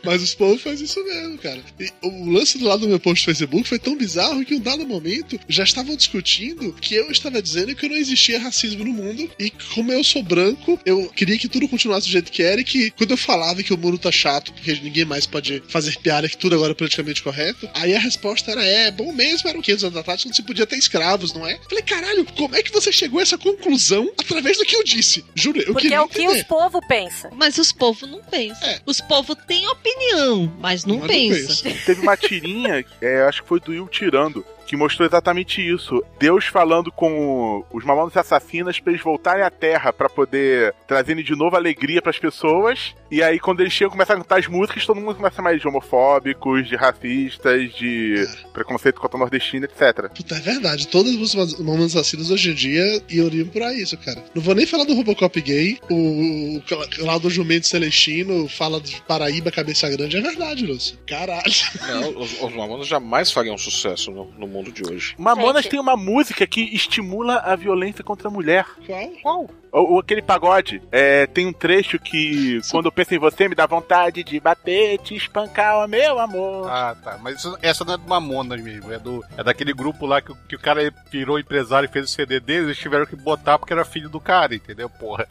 Speaker 3: Mas os povos fazem isso mesmo, cara. E o lance do lado do meu post do Facebook foi tão bizarro que em um dado momento já estavam discutindo que eu estava dizendo que não existia racismo no mundo e como eu sou branco, eu queria que tudo continuasse do jeito que era e que quando eu falava que o mundo tá chato, porque ninguém mais pode fazer piada, que tudo agora é politicamente correto, aí a resposta era é, bom mesmo, era o 500 anos atrás, quando se podia ter escravos, não é? Falei, caralho, como é que você chegou a essa conclusão através do que eu disse? Juro, eu
Speaker 1: Porque
Speaker 3: queria
Speaker 1: é o que
Speaker 3: entender.
Speaker 1: os povo pensa.
Speaker 4: Mas os povo não pensam.
Speaker 3: É.
Speaker 4: Os povo têm opinião, mas não
Speaker 5: Mas não
Speaker 4: pensam.
Speaker 5: Teve uma tirinha, é, acho que foi do Will tirando, que mostrou exatamente isso. Deus falando com os mamonas assassinas pra eles voltarem à Terra pra poder trazerem de novo alegria pras pessoas. E aí, quando eles chegam, começam a cantar as músicas, todo mundo começa a mais de homofóbicos, de racistas, de preconceito contra o nordestino, etc.
Speaker 3: Puta, é verdade. Todas as músicas mamonas assassinas hoje em dia iriam pra isso, cara. Não vou nem falar do Robocop gay, o, o lá do Jumento Celestino fala de Paraíba, Cabeça Grande. É verdade, Lúcio. Caralho.
Speaker 6: Não, os, os Mamonas jamais fariam sucesso no, no mundo de hoje.
Speaker 5: Mamonas tem uma música que estimula a violência contra a mulher.
Speaker 3: Qual?
Speaker 5: Qual? Ou, ou aquele pagode. É, tem um trecho que, quando eu penso em você, me dá vontade de bater, te espancar, ó, meu amor.
Speaker 7: Ah, tá. Mas isso- essa não é do Mamonas mesmo. É, do, é daquele grupo lá que, o- que o cara virou empresário e fez o CD dele. Eles tiveram que botar porque era filho do cara, entendeu? Porra.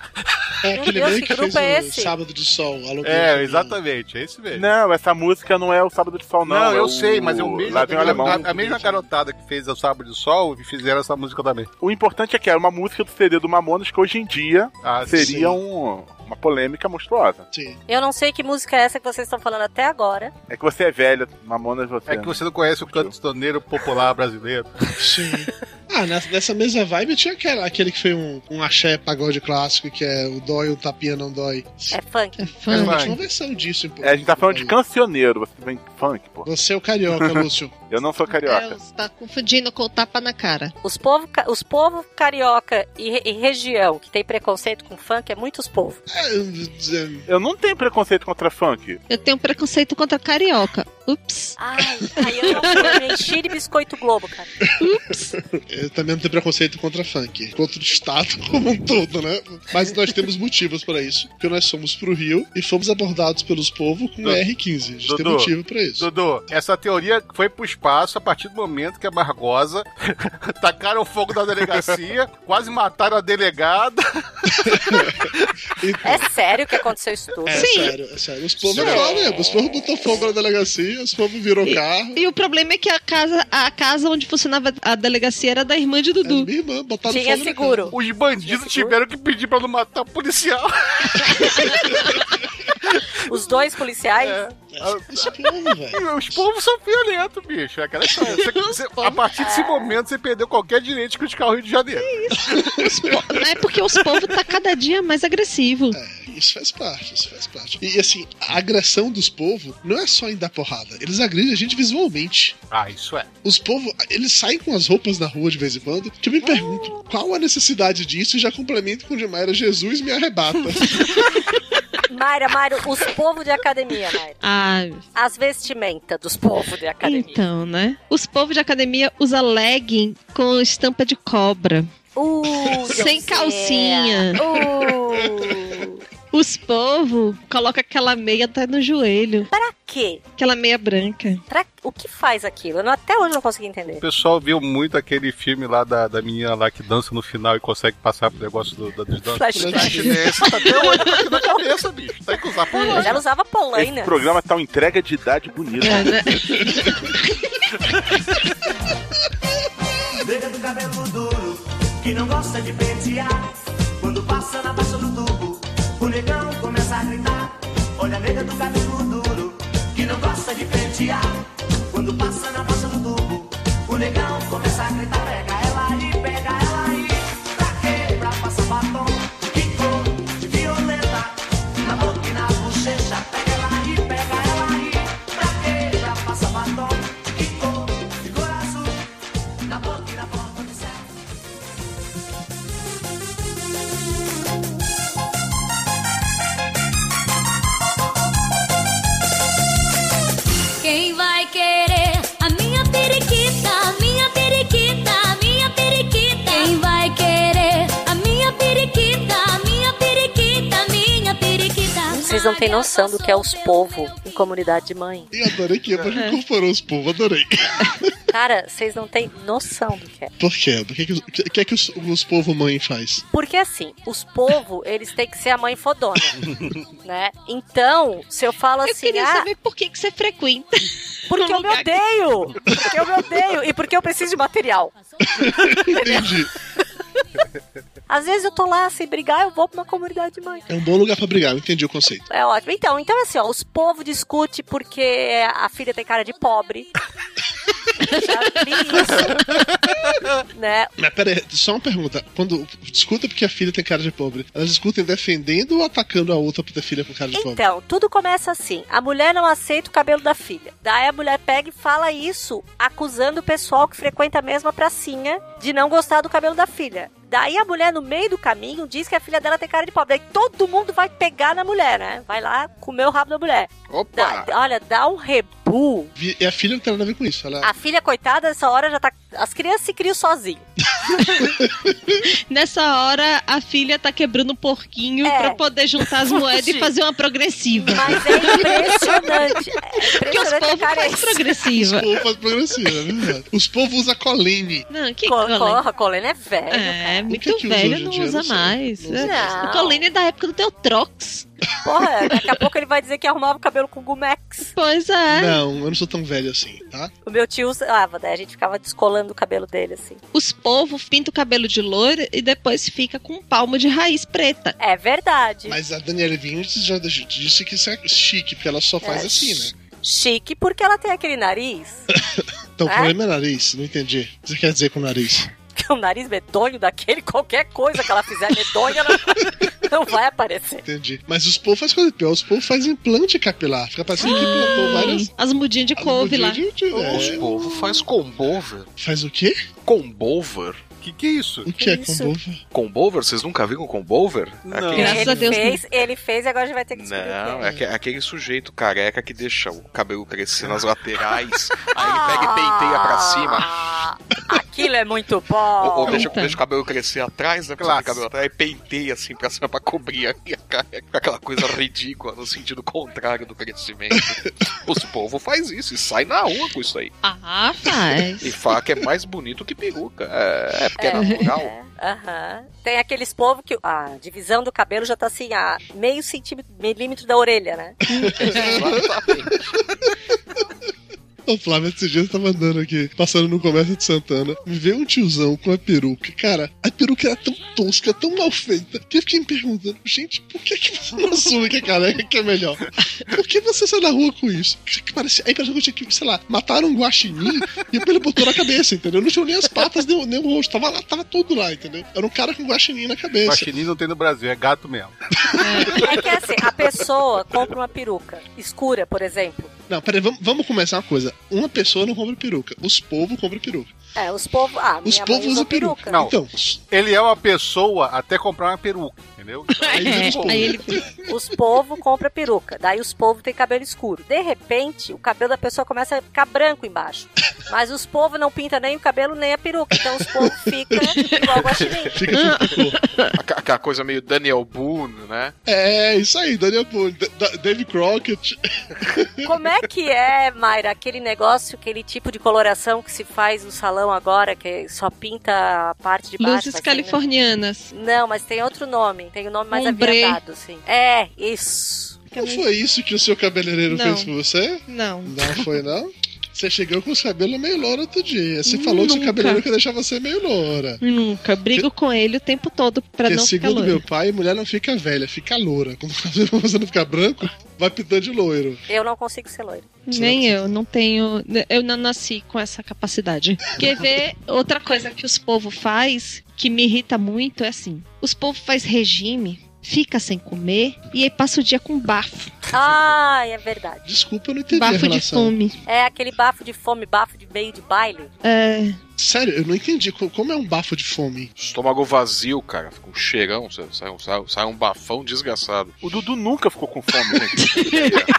Speaker 3: É aquele meio que, fez o
Speaker 7: esse?
Speaker 3: Sábado de Sol. alô,
Speaker 7: É,
Speaker 3: meu.
Speaker 7: exatamente. É esse mesmo.
Speaker 5: Não, essa música não é o Sábado de Sol, não.
Speaker 7: Não,
Speaker 5: é
Speaker 7: eu
Speaker 5: o-
Speaker 7: sei, mas é o mesmo,
Speaker 5: Lá vem o
Speaker 7: a,
Speaker 5: alemão.
Speaker 7: a- a mesma garotada que fez o Sábado de Sol e fizeram essa música também.
Speaker 5: O importante é que era uma música do CD do Mamonas que hoje em dia
Speaker 7: Ah,
Speaker 5: seria
Speaker 7: sim.
Speaker 5: um- uma polêmica monstruosa.
Speaker 3: Sim.
Speaker 1: Eu não sei que música é essa que vocês estão falando até agora.
Speaker 5: É que você é velho, Mamonas você.
Speaker 7: É que você não conhece o cantoneiro popular brasileiro.
Speaker 3: Sim. Ah, nessa, nessa mesma vibe tinha aquela, aquele que foi um, um axé pagode clássico, que é o dói, o tapinha não dói.
Speaker 1: É funk.
Speaker 4: É
Speaker 3: É
Speaker 4: funk.
Speaker 3: uma versão disso, pô.
Speaker 5: É, a gente tá falando de cancioneiro, você vem funk, pô.
Speaker 3: Você é o carioca, Lúcio.
Speaker 5: eu não sou
Speaker 4: É,
Speaker 5: carioca.
Speaker 4: você tá confundindo com o tapa na cara.
Speaker 1: Os povo, ca- os povo carioca e, re- e região que tem preconceito com funk é muitos povos.
Speaker 3: É,
Speaker 5: Eu não tenho preconceito contra funk.
Speaker 4: Eu tenho preconceito contra carioca. Ups.
Speaker 1: Ai, ai, eu não enchi de biscoito globo, cara.
Speaker 3: Eu também não tenho preconceito contra funk, contra o Estado como um todo, né? Mas nós temos motivos para isso, porque nós somos pro Rio e fomos abordados pelos povos com R15. A gente tem motivo pra isso.
Speaker 7: Dudu, essa teoria foi pro espaço a partir do momento que a Bargosa tacaram fogo da delegacia, quase mataram a delegada.
Speaker 1: É sério que aconteceu isso tudo?
Speaker 3: É sério, é sério. Os povos é lá mesmo. Os povos botou fogo na delegacia, os povos virou carro.
Speaker 4: E o problema é que a casa, a casa onde funcionava a delegacia era da irmã de Dudu.
Speaker 3: É, minha irmã, botaram
Speaker 4: Tinha
Speaker 7: fogo na
Speaker 4: seguro.
Speaker 7: Os bandidos tiveram que pedir pra não matar o policial.
Speaker 1: Os dois policiais?
Speaker 5: É.
Speaker 3: Os povos,
Speaker 7: são violentos, bicho. É Aquela história. Você- você- a partir desse momento, você perdeu qualquer direito de criticar o Rio de Janeiro.
Speaker 4: Os po- Não é porque os povos tá cada dia mais agressivo.
Speaker 3: é, Isso faz parte, isso faz parte. E assim, a agressão dos povos não é só em dar porrada. Eles agridem a gente visualmente.
Speaker 7: Ah, isso é.
Speaker 3: Os povos, eles saem com as roupas na rua de vez em quando, que eu me pergunto qual a necessidade disso e já complemento com o de Mayra Jesus me arrebata.
Speaker 1: Mayra, Mayra, os povos de academia, Mayra.
Speaker 4: Ah,
Speaker 1: As vestimentas dos povos de academia.
Speaker 4: então, né? Os povos de academia usam legging com estampa de cobra.
Speaker 1: Uh,
Speaker 4: Sem
Speaker 1: Deus
Speaker 4: calcinha.
Speaker 1: é. Uh,
Speaker 4: Os povos colocam aquela meia até no joelho.
Speaker 1: Pra quê?
Speaker 4: Aquela meia branca.
Speaker 1: pra- o que faz aquilo? Eu não- até hoje eu não consegui entender.
Speaker 7: O pessoal viu muito aquele filme lá da, da menina lá que dança no final e consegue passar pro negócio do, da, dos tá danças.
Speaker 3: Né?
Speaker 5: né? na cabeça, bicho. Tem que usar
Speaker 1: polaina. Mas ela usava polaina.
Speaker 5: Esse programa tá uma entrega de idade bonita.
Speaker 1: É, né?
Speaker 14: Veja do cabelo duro, que não gosta de pentear. Quando passa na bolsa do tubo, o negão começa a gritar. Olha a nega do cabelo duro, que não gosta de pentear. Quando passa na bolsa do tubo, o negão começa a gritar. Pega ela aí, pega ela aí. Pra quê? Pra passar batom de cor de violeta. Na boca e na bochecha. Pega ela aí, pega ela aí. Pra quê? Pra passar batom de cor de cor azul. Na boca e na boca do céu.
Speaker 2: Quem vai querer a minha periquita, a minha periquita, a minha periquita? Quem vai querer a minha periquita, a minha periquita, a minha periquita?
Speaker 1: Vocês não têm noção do que é os povos em comunidade de mãe.
Speaker 3: Eu adorei que Eva já incorporou os povos, adorei.
Speaker 1: Cara, vocês não têm noção do que é.
Speaker 3: Por quê? Por que, que, os- que, que é que os, os povos mãe faz?
Speaker 1: Porque assim, os povos, eles têm que ser a mãe fodona, né? Então, se eu falo
Speaker 4: Eu
Speaker 1: assim,
Speaker 4: queria
Speaker 1: ah,
Speaker 4: saber é." por que, que você frequenta.
Speaker 1: porque eu me odeio, porque eu me odeio e porque eu preciso de material.
Speaker 3: Entendi.
Speaker 1: Às vezes eu tô lá sem brigar, eu vou pra uma comunidade de mãe.
Speaker 3: É um bom lugar pra brigar, eu entendi o conceito.
Speaker 1: É ótimo. Então, então assim, ó, os povos discutem porque a filha tem cara de pobre. Já vi isso. né?
Speaker 3: Mas pera aí, só uma pergunta. Quando discuta porque a filha tem cara de pobre, elas discutem defendendo ou atacando a outra porque a filha com cara de pobre?
Speaker 1: Então, tudo começa assim. A mulher não aceita o cabelo da filha. Daí a mulher pega e fala isso, acusando o pessoal que frequenta a mesma pracinha de não gostar do cabelo da filha. Daí a mulher, no meio do caminho, diz que a filha dela tem cara de pobre. Daí todo mundo vai pegar na mulher, né? Vai lá comer o rabo da mulher.
Speaker 3: Opa!
Speaker 4: Ah.
Speaker 1: Dá- olha, dá um rebu.
Speaker 3: Vi- É a filha não tem nada a ver com isso. Ela... é
Speaker 1: A filha, coitada, nessa hora já tá. As crianças se criam sozinhas.
Speaker 4: Nessa hora, a filha tá quebrando um porquinho pra poder juntar as moedas e fazer uma progressiva.
Speaker 1: Mas é impressionante.
Speaker 4: Porque os povos faz progressiva.
Speaker 3: Os povos faz progressiva, é verdade. Os povos usam colene.
Speaker 4: Não, que
Speaker 1: Co-
Speaker 4: colene?
Speaker 1: Corra, colene é velho.
Speaker 4: É, muito
Speaker 3: que que usa
Speaker 4: velho,
Speaker 3: hoje em
Speaker 4: não
Speaker 3: dia?
Speaker 4: usa
Speaker 3: Não sei.
Speaker 4: mais.
Speaker 3: Não
Speaker 4: É,
Speaker 1: sei.
Speaker 4: O colene é da época do teu Trox.
Speaker 1: Porra, daqui a pouco ele vai dizer que arrumava o cabelo com Gumex.
Speaker 4: Pois é.
Speaker 3: Não, eu não sou tão velho assim, tá?
Speaker 1: O meu tio usava, daí a gente ficava descolando o cabelo dele, assim.
Speaker 4: Os povos pintam o cabelo de loira e depois fica com palmo de raiz preta.
Speaker 1: É verdade.
Speaker 3: Mas a Daniela Vinicius já disse que isso é chique, porque ela só faz
Speaker 1: É.
Speaker 3: assim, né?
Speaker 1: Chique porque ela tem aquele nariz,
Speaker 3: Então, o
Speaker 1: É?
Speaker 3: problema é nariz, não entendi. O que você quer dizer com nariz?
Speaker 1: que é um nariz medonho daquele, qualquer coisa que ela fizer medonha, ela não vai aparecer.
Speaker 3: Entendi. Mas os povos fazem coisa pior, os povos fazem implante capilar. Fica
Speaker 1: Ah,
Speaker 3: parecendo que implantou várias.
Speaker 4: As mudinhas de couve lá.
Speaker 6: É. Os povos faz combover.
Speaker 3: né? Faz o quê?
Speaker 6: Combover.
Speaker 7: Que que é isso?
Speaker 3: O
Speaker 1: que é Isso. combover?
Speaker 6: Combover? Vocês nunca viram combover? É aquele-
Speaker 1: ele fez, ele fez e agora a gente vai ter que descobrir o
Speaker 6: Não,
Speaker 1: que
Speaker 6: é aque- aquele sujeito careca que deixa o cabelo crescer nas laterais, aí é ele
Speaker 1: Ah.
Speaker 6: pega e penteia pra cima,
Speaker 1: Aquilo é muito bom.
Speaker 6: ou deixa, deixa o cabelo crescer atrás, né? Claro. cabelo atrás, e penteia assim pra cima pra cobrir a minha careca. Aquela coisa ridícula, no sentido contrário do crescimento. Os povo faz isso e sai na rua com isso aí.
Speaker 4: Ah, faz.
Speaker 6: E fala que é mais bonito que peruca. É, é porque é,
Speaker 1: É.
Speaker 6: natural.
Speaker 1: Aham. Tem aqueles povos que ah, a divisão do cabelo já tá assim, a meio centímetro, milímetro da orelha, né?
Speaker 3: O Flávio esses dias tava andando aqui, passando no comércio de Santana. Me veio um tiozão com a peruca. Cara, a peruca era tão tosca, tão mal feita, que eu fiquei me perguntando, gente, por que, que você não assume que é careca que é melhor? Por que você sai na rua com isso? Que parece, a impressão que eu tinha que, sei lá, mataram um guaxinim e ele botou na cabeça, entendeu? Não tinha nem as patas, nem, o- nem o rosto. Tava lá, tava tudo lá, entendeu? Era um cara com guaxinim na cabeça.
Speaker 7: Guaxinim não tem no Brasil, é gato mesmo.
Speaker 1: É que assim, a pessoa compra uma peruca escura, por exemplo.
Speaker 3: Não, peraí, vamos, vamos começar uma coisa. Uma pessoa não compra peruca, os povos compram peruca.
Speaker 1: É, os povos. Ah, minha
Speaker 3: Os
Speaker 1: mãe
Speaker 3: povos
Speaker 1: usou
Speaker 3: usam peruca.
Speaker 7: Não.
Speaker 3: Então,
Speaker 7: Ele é uma pessoa até comprar uma peruca. entendeu?
Speaker 1: Aí,
Speaker 7: pô,
Speaker 1: Os povos compram peruca, daí os povos têm cabelo escuro. De repente, o cabelo da pessoa começa a ficar branco embaixo. Mas os povos não pintam nem o cabelo nem a peruca, então os povos ficam igual guaxinim.
Speaker 6: Aquela- Aquela coisa meio Daniel Boone, né?
Speaker 3: É, isso aí, Daniel Boone, Da- Da- Dave Crockett.
Speaker 1: Como é que é, Mayra, aquele negócio, aquele tipo de coloração que se faz no salão agora, que só pinta a parte de baixo?
Speaker 4: Luzes
Speaker 1: mas tem, né?
Speaker 4: californianas.
Speaker 1: Não, mas tem outro nome, tem o um nome mais
Speaker 4: Ombre.
Speaker 1: aviadado, assim. É, isso.
Speaker 3: Não foi isso que o seu cabeleireiro
Speaker 4: Não.
Speaker 3: fez com você?
Speaker 4: Não.
Speaker 3: Não foi, não? Você chegou com os cabelos meio loura outro dia. Você falou que seu
Speaker 4: Nunca.
Speaker 3: cabeleireiro quer deixar você meio loura.
Speaker 4: Nunca. Brigo com ele o tempo todo pra
Speaker 3: Porque
Speaker 4: não ficar
Speaker 3: segundo
Speaker 4: loira.
Speaker 3: meu pai, mulher não fica velha, fica loura. Quando você não ficar branco, vai pintando de loiro.
Speaker 1: Eu não consigo ser loiro.
Speaker 4: Nem eu, não tenho. Eu não nasci com essa capacidade. Quer ver outra coisa que os povos faz que me irrita muito é assim: os povos faz regime, fica sem comer e aí passa o dia com bafo.
Speaker 1: Ai, é verdade.
Speaker 3: Desculpa, eu não
Speaker 4: entendi a Bafo de relação. fome.
Speaker 1: É aquele bafo de fome, bafo de meio de baile.
Speaker 4: É.
Speaker 3: Sério, eu não entendi. Co- Como é um bafo de fome?
Speaker 6: Estômago vazio, cara. Fica um cheirão, sai, sai um- sai- sai um bafão desgraçado. O Dudu nunca ficou com fome,
Speaker 7: né?
Speaker 6: gente.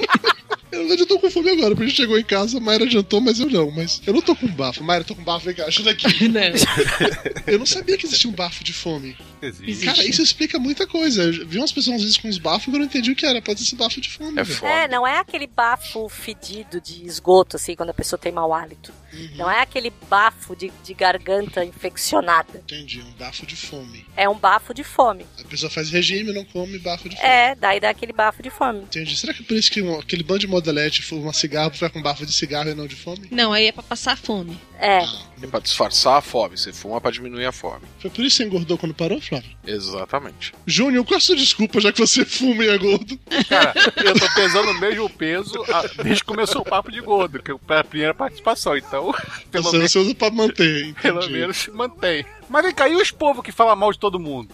Speaker 3: Eu, na verdade, eu tô com fome agora, porque a gente chegou em casa, a Mayra jantou, mas eu não. Mas eu não tô com bafo. Mayra, eu tô com bafo, vem cá, ajuda aqui.
Speaker 4: Né?
Speaker 3: eu não sabia que existia um bafo de fome.
Speaker 7: Existe.
Speaker 3: Cara, isso explica muita coisa. Eu vi umas pessoas às vezes com uns bafos que eu não entendi o que era. Pode ser esse bafo de fome. velho.
Speaker 1: É, não é aquele bafo fedido de esgoto, assim, quando a pessoa tem mau hálito. Não é aquele bafo de, de garganta infeccionada.
Speaker 3: Entendi, um bafo de fome.
Speaker 1: É um bafo de fome.
Speaker 3: A pessoa faz regime, não come bafo de fome.
Speaker 1: É, daí dá aquele bafo de fome.
Speaker 3: Entendi. Será que é por isso que um- aquele bando de modelete fuma cigarro pra ficar com um bafo de cigarro e não de fome?
Speaker 4: Não, aí é pra passar fome.
Speaker 1: É.
Speaker 6: É pra disfarçar a fome. Você fuma pra diminuir a fome.
Speaker 3: Foi por isso que você engordou quando parou, Flávio?
Speaker 6: Exatamente.
Speaker 3: Júnior, qual é a sua desculpa, já que você fuma e é gordo?
Speaker 7: Cara, eu tô pesando o mesmo peso a- desde que começou o papo de gordo, que foi a primeira participação, então. Pelo,
Speaker 3: você,
Speaker 7: menos,
Speaker 3: você usa pra manter, entendi.
Speaker 7: pelo menos se mantém. Mas vem cá, e os povos que falam mal de todo mundo?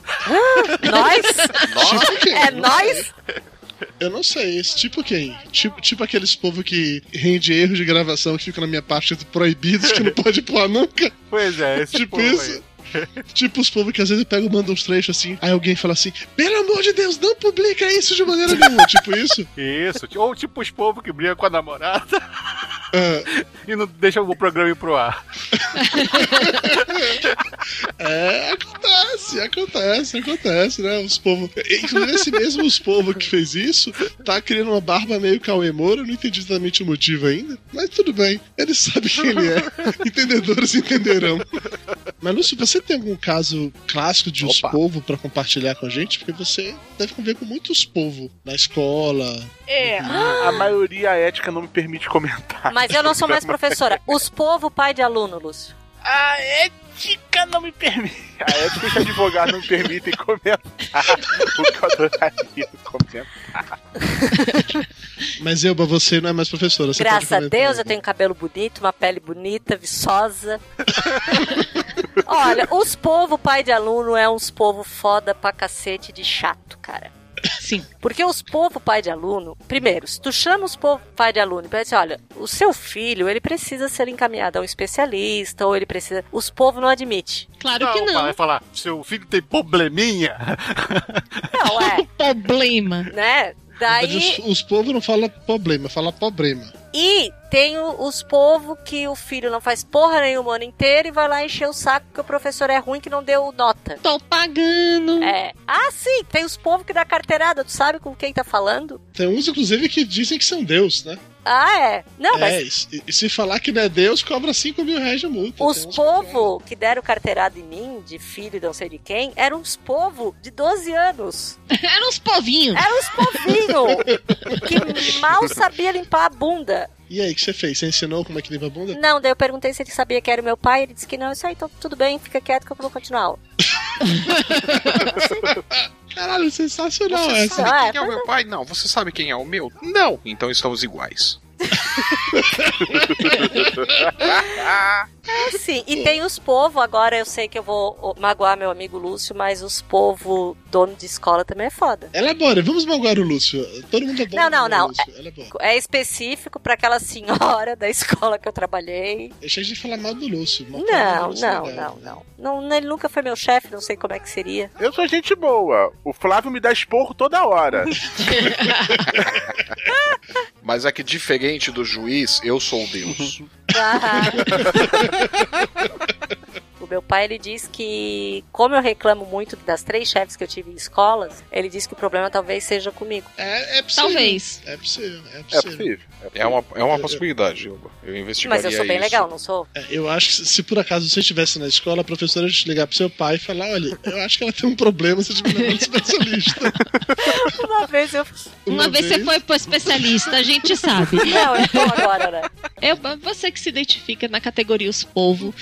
Speaker 1: Nós?
Speaker 3: Tipo quem?
Speaker 1: É nós?
Speaker 3: Eu não sei, esse tipo quem? Tipo, tipo aqueles povo que rende erro de gravação que fica na minha parte do proibidos que não pode pôr nunca.
Speaker 7: Pois é, esse
Speaker 3: Tipo
Speaker 7: povo aí.
Speaker 3: isso. Tipo os povos que às vezes pegam e mandam uns trechos assim, aí alguém fala assim, pelo amor de Deus, não publica isso de maneira nenhuma, tipo isso.
Speaker 7: Isso, ou tipo os povos que brigam com a namorada
Speaker 3: Ah,
Speaker 7: e não deixam o programa ir pro ar.
Speaker 3: É, acontece, acontece, acontece, né? Os povos. Inclusive, esse mesmo os povos que fez isso tá criando uma barba meio Cauê Moura, eu não entendi exatamente o motivo ainda, mas tudo bem, ele sabe quem ele é. Entendedores entenderão. Mas, Lúcio, você tem algum caso clássico de os povos pra compartilhar com a gente? Porque você deve conviver com muitos povos na escola.
Speaker 1: É.
Speaker 7: A maioria ética não me permite comentar.
Speaker 1: Mas eu não sou mais professora. Os povo pai de aluno, Lúcio.
Speaker 7: A ética não me permite. A ética e os advogados não me permitem comentar. O que eu adoraria comentar.
Speaker 3: Mas eu, pra você, não é mais professora. Você
Speaker 1: Graças a
Speaker 3: pode comentar.
Speaker 1: Deus eu tenho um cabelo bonito, uma pele bonita, viçosa. Olha, os povo pai de aluno é uns povo foda pra cacete de chato, cara.
Speaker 4: Sim.
Speaker 1: Porque os povo pai de aluno, primeiro, se tu chama os povo pai de aluno e pensa, assim, olha, o seu filho, ele precisa ser encaminhado a um especialista, ou ele precisa... Os povo não admite.
Speaker 4: Claro
Speaker 7: que não. Vai falar, seu filho tem probleminha.
Speaker 1: Não, é,
Speaker 4: Problema.
Speaker 3: Na
Speaker 1: né? Daí...
Speaker 3: verdade, Os, os povos não falam problema, falam problema.
Speaker 1: E tem o- os povos que o filho não faz porra nenhuma o ano inteiro e vai lá encher o saco porque o professor é ruim que não deu nota.
Speaker 4: Tô pagando.
Speaker 1: É. Ah, sim, tem os povos que dá carteirada, tu sabe com quem tá falando?
Speaker 3: Tem uns, inclusive, que dizem que são Deus, né?
Speaker 1: Ah, é. Não,
Speaker 3: é,
Speaker 1: mas
Speaker 3: e, e se falar que não é Deus, cobra 5 mil reais de multa.
Speaker 1: os povos que deram carteirada em mim, de filho e não sei de quem, eram uns povos de 12 anos.
Speaker 4: Eram uns povinhos.
Speaker 7: É.
Speaker 1: Eram uns povinhos que mal sabia limpar a bunda.
Speaker 3: E aí, o que você fez? Você ensinou como é que limpa a bunda?
Speaker 1: Não, daí eu perguntei se ele sabia que era o meu pai, ele disse que não, isso aí, então tudo bem, fica quieto que eu vou continuar.
Speaker 3: Caralho, sensacional
Speaker 6: Você
Speaker 1: Ah,
Speaker 3: essa.
Speaker 6: é sabe quem é o meu pai? Não. Você sabe quem é o meu? Não. Então estamos iguais.
Speaker 1: É, sim. E tem os povo, agora eu sei que eu vou ó, magoar meu amigo Lúcio, mas os povo dono de escola também é foda.
Speaker 3: Ela é bora, vamos magoar o Lúcio. Todo mundo é bom.
Speaker 1: Não, não, não.
Speaker 3: Ela é boa.
Speaker 1: É específico pra aquela senhora da escola que eu trabalhei.
Speaker 3: Deixa de falar mal do Lúcio. mal falar do
Speaker 1: Não,
Speaker 3: Lúcio,
Speaker 1: não,
Speaker 3: né?
Speaker 1: não, não, não. Ele nunca foi meu chefe, não sei como é que seria.
Speaker 5: Eu sou gente boa. O Flávio me dá esporro toda hora.
Speaker 6: Mas é que diferente do juiz, eu sou o Deus.
Speaker 1: O meu pai, ele diz que, como eu reclamo muito das três chefes que eu tive em escolas, ele diz que o problema talvez seja comigo.
Speaker 3: É, é
Speaker 1: possível. Talvez.
Speaker 3: É possível, é
Speaker 6: É
Speaker 3: possível.
Speaker 6: possível. É uma, é uma possibilidade. Eu, eu investigaria
Speaker 1: Mas eu sou bem
Speaker 6: Tipo, isso.
Speaker 1: legal, não sou?
Speaker 3: É, Eu acho que se por acaso você estivesse na escola, a professora ia te ligar pro seu pai e falar: olha, eu acho que ela tem um problema, você tiver um especialista.
Speaker 1: Uma vez eu.
Speaker 4: Uma, vez, você foi pro especialista, a gente sabe.
Speaker 1: Não, eu tô agora, né?
Speaker 4: Eu, É, você que se identifica na categoria os povo,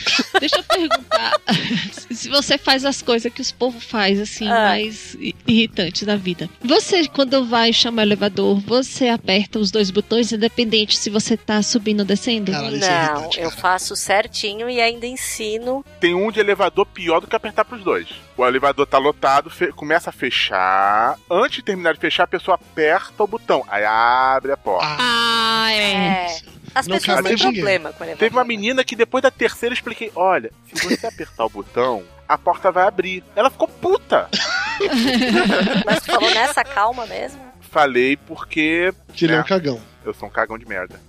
Speaker 4: deixa eu perguntar se você faz as coisas que os povo faz, assim, mais i- irritantes da vida. Você, quando vai chamar o elevador, você aperta os dois botões, independente se você tá subindo ou descendo?
Speaker 3: é
Speaker 1: não, eu faço certinho e ainda ensino.
Speaker 5: Tem um de elevador pior do que apertar pros dois. O elevador tá lotado, fe- começa a fechar. Antes de terminar de fechar, a pessoa aperta o botão. Aí abre a porta.
Speaker 4: Ah,
Speaker 1: é. As
Speaker 5: Não
Speaker 1: pessoas
Speaker 5: cabe
Speaker 1: têm
Speaker 5: mais
Speaker 3: um
Speaker 5: ninguém.
Speaker 1: problema com elevador.
Speaker 5: Teve uma menina que depois da terceira eu expliquei: olha, se você apertar o botão, a porta vai abrir. Ela ficou puta.
Speaker 1: Mas tu falou nessa calma mesmo?
Speaker 5: Falei porque.
Speaker 3: Que ele é um cagão.
Speaker 5: Eu sou um cagão de merda.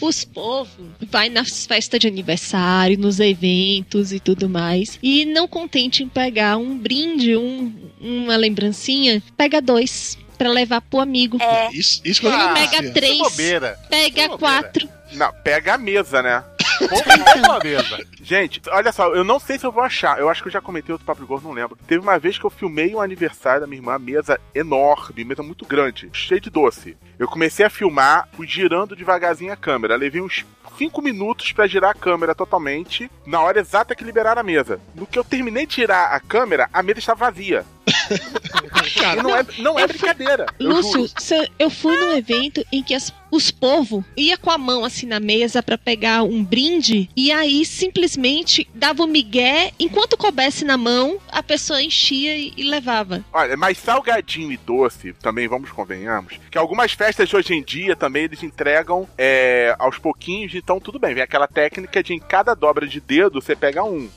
Speaker 4: Os povo vai nas festas de aniversário, nos eventos e tudo mais. E não contente em pegar um brinde, um- uma lembrancinha, pega dois pra levar pro amigo.
Speaker 1: É.
Speaker 3: Isso, isso
Speaker 4: Ele
Speaker 5: Ah,
Speaker 4: pega
Speaker 5: isso é
Speaker 4: três.
Speaker 5: bobeira.
Speaker 4: Pega quatro.
Speaker 5: Não, pega a mesa, né? Pega a mesa. Gente, olha só, eu não sei se eu vou achar. Eu acho que eu já comentei outro papo de gordo, não lembro. Teve uma vez que eu filmei um aniversário da minha irmã, mesa enorme, mesa muito grande, cheia de doce. Eu comecei a filmar, fui girando devagarzinho a câmera. Levei uns 5 minutos pra girar a câmera totalmente, na hora exata que liberaram a mesa. No que eu terminei de tirar a câmera, a mesa estava vazia. E não é, não é brincadeira. eu
Speaker 4: Lúcio,
Speaker 5: juro.
Speaker 4: se- eu fui num evento em que as- os povo ia com a mão assim na mesa pra pegar um brinde e aí simplesmente dava o migué, enquanto coubesse na mão, a pessoa enchia e, e levava.
Speaker 5: Olha, mas salgadinho e doce, também vamos convenhamos, que algumas festas de hoje em dia também eles entregam é, aos pouquinhos, então tudo bem. Vem aquela técnica de em cada dobra de dedo você pega um.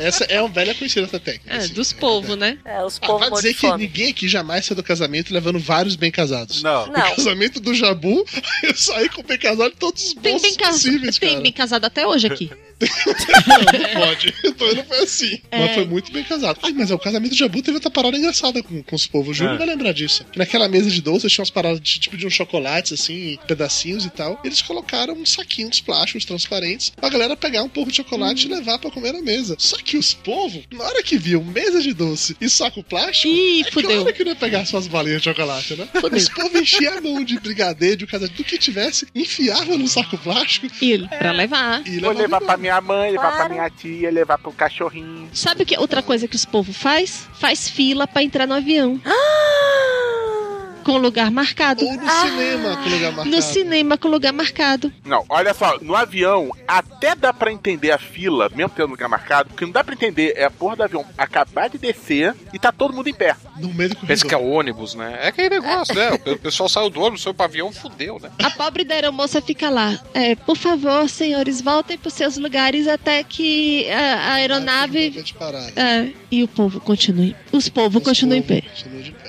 Speaker 3: Essa é uma velha conhecida essa técnica.
Speaker 4: É,
Speaker 3: assim.
Speaker 4: dos povo, né?
Speaker 1: É, os
Speaker 3: Ah, vai dizer que ninguém aqui jamais saiu do casamento levando vários bem casados.
Speaker 5: Não.
Speaker 3: No
Speaker 4: Não.
Speaker 3: casamento do Jabu, eu saí com bem casado de todos os
Speaker 4: Tem
Speaker 3: bolsos
Speaker 4: bem, cas-
Speaker 3: possíveis,
Speaker 4: tem
Speaker 3: cara.
Speaker 4: bem casado até hoje aqui.
Speaker 3: Não, não pode. Então ele foi assim.
Speaker 4: É.
Speaker 3: Mas foi muito bem casado. Ai, mas é, o casamento do Jabu teve outra parada engraçada com, com os povos. O Júlio
Speaker 5: Ah.
Speaker 3: vai lembrar disso. Que naquela mesa de doces tinha umas paradas de, tipo de uns chocolates, assim, pedacinhos e tal. Eles colocaram uns saquinhos plásticos transparentes pra galera pegar um pouco de chocolate
Speaker 4: Uhum.
Speaker 3: e levar pra comer na mesa. Só que os povos, na hora que viam mesa de doce e saco plástico,
Speaker 4: Ih,
Speaker 3: é claro que não ia pegar suas balinhas de chocolate, né?
Speaker 4: Fudeu.
Speaker 3: Os povos enchiam a mão de brigadeiro, de casamento, do que tivesse, enfiavam no saco plástico
Speaker 4: e, pra levar.
Speaker 3: e
Speaker 5: Vou levar pra minha mãe, levar
Speaker 4: Claro.
Speaker 5: pra minha tia, levar pro cachorrinho.
Speaker 4: Sabe que outra coisa que os povo faz? Faz fila pra entrar no avião. com lugar marcado.
Speaker 3: Ou no cinema com lugar
Speaker 4: Ah, No cinema com lugar marcado.
Speaker 5: Não, olha só, no avião até dá pra entender a fila, mesmo tendo um lugar marcado, porque não dá pra entender é a porra do avião acabar de descer e tá todo mundo em pé.
Speaker 3: No meio do
Speaker 6: Pensa que é ônibus, né? É aquele negócio, né? O pessoal saiu do ônibus, foi pro avião, fudeu, né?
Speaker 4: A pobre da aeromoça fica lá. É, por favor, senhores, voltem para seus lugares até que a, a aeronave. É, e o povo continue. Os povos continuem em pé.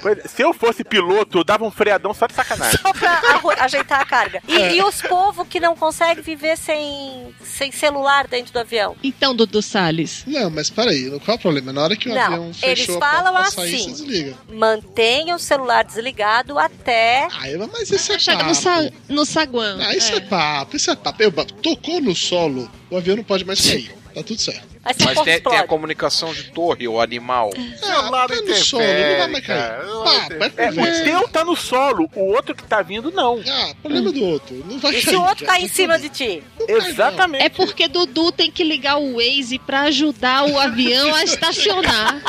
Speaker 5: Pois é, Se eu fosse piloto, eu dava um freadão só de sacanagem.
Speaker 1: Só pra arru- ajeitar a carga. E,
Speaker 5: É.
Speaker 1: e os povos que não conseguem viver sem, sem celular dentro do avião?
Speaker 4: Então, Dudu Salles.
Speaker 3: Não, mas peraí, qual é o problema? Na hora que o
Speaker 1: Não,
Speaker 3: avião fechou
Speaker 1: eles
Speaker 3: a
Speaker 1: falam
Speaker 3: porta pra sair,
Speaker 1: assim.
Speaker 3: você desliga.
Speaker 1: Mantenha o celular desligado até.
Speaker 3: Aí, mas isso é
Speaker 4: Chega no, sa- no saguão.
Speaker 3: Ah, isso é. papo, isso é papo. Eu, ba- tocou no solo, o avião não pode mais sair. Tá tudo certo.
Speaker 1: Aí seu
Speaker 6: Mas tem,
Speaker 1: corpo
Speaker 6: tem
Speaker 1: explode.
Speaker 6: a comunicação de torre, o animal.
Speaker 3: Ah,
Speaker 5: Seu lado
Speaker 6: tá no solo, não vai mais cair.
Speaker 5: Pá, é, o teu tá no solo, o outro que tá vindo não.
Speaker 3: Ah, problema do outro. Não
Speaker 1: E se o outro cair em
Speaker 3: é
Speaker 1: cima de ti?
Speaker 5: Exatamente.
Speaker 4: É porque Dudu tem que ligar o Waze pra ajudar o avião a estacionar.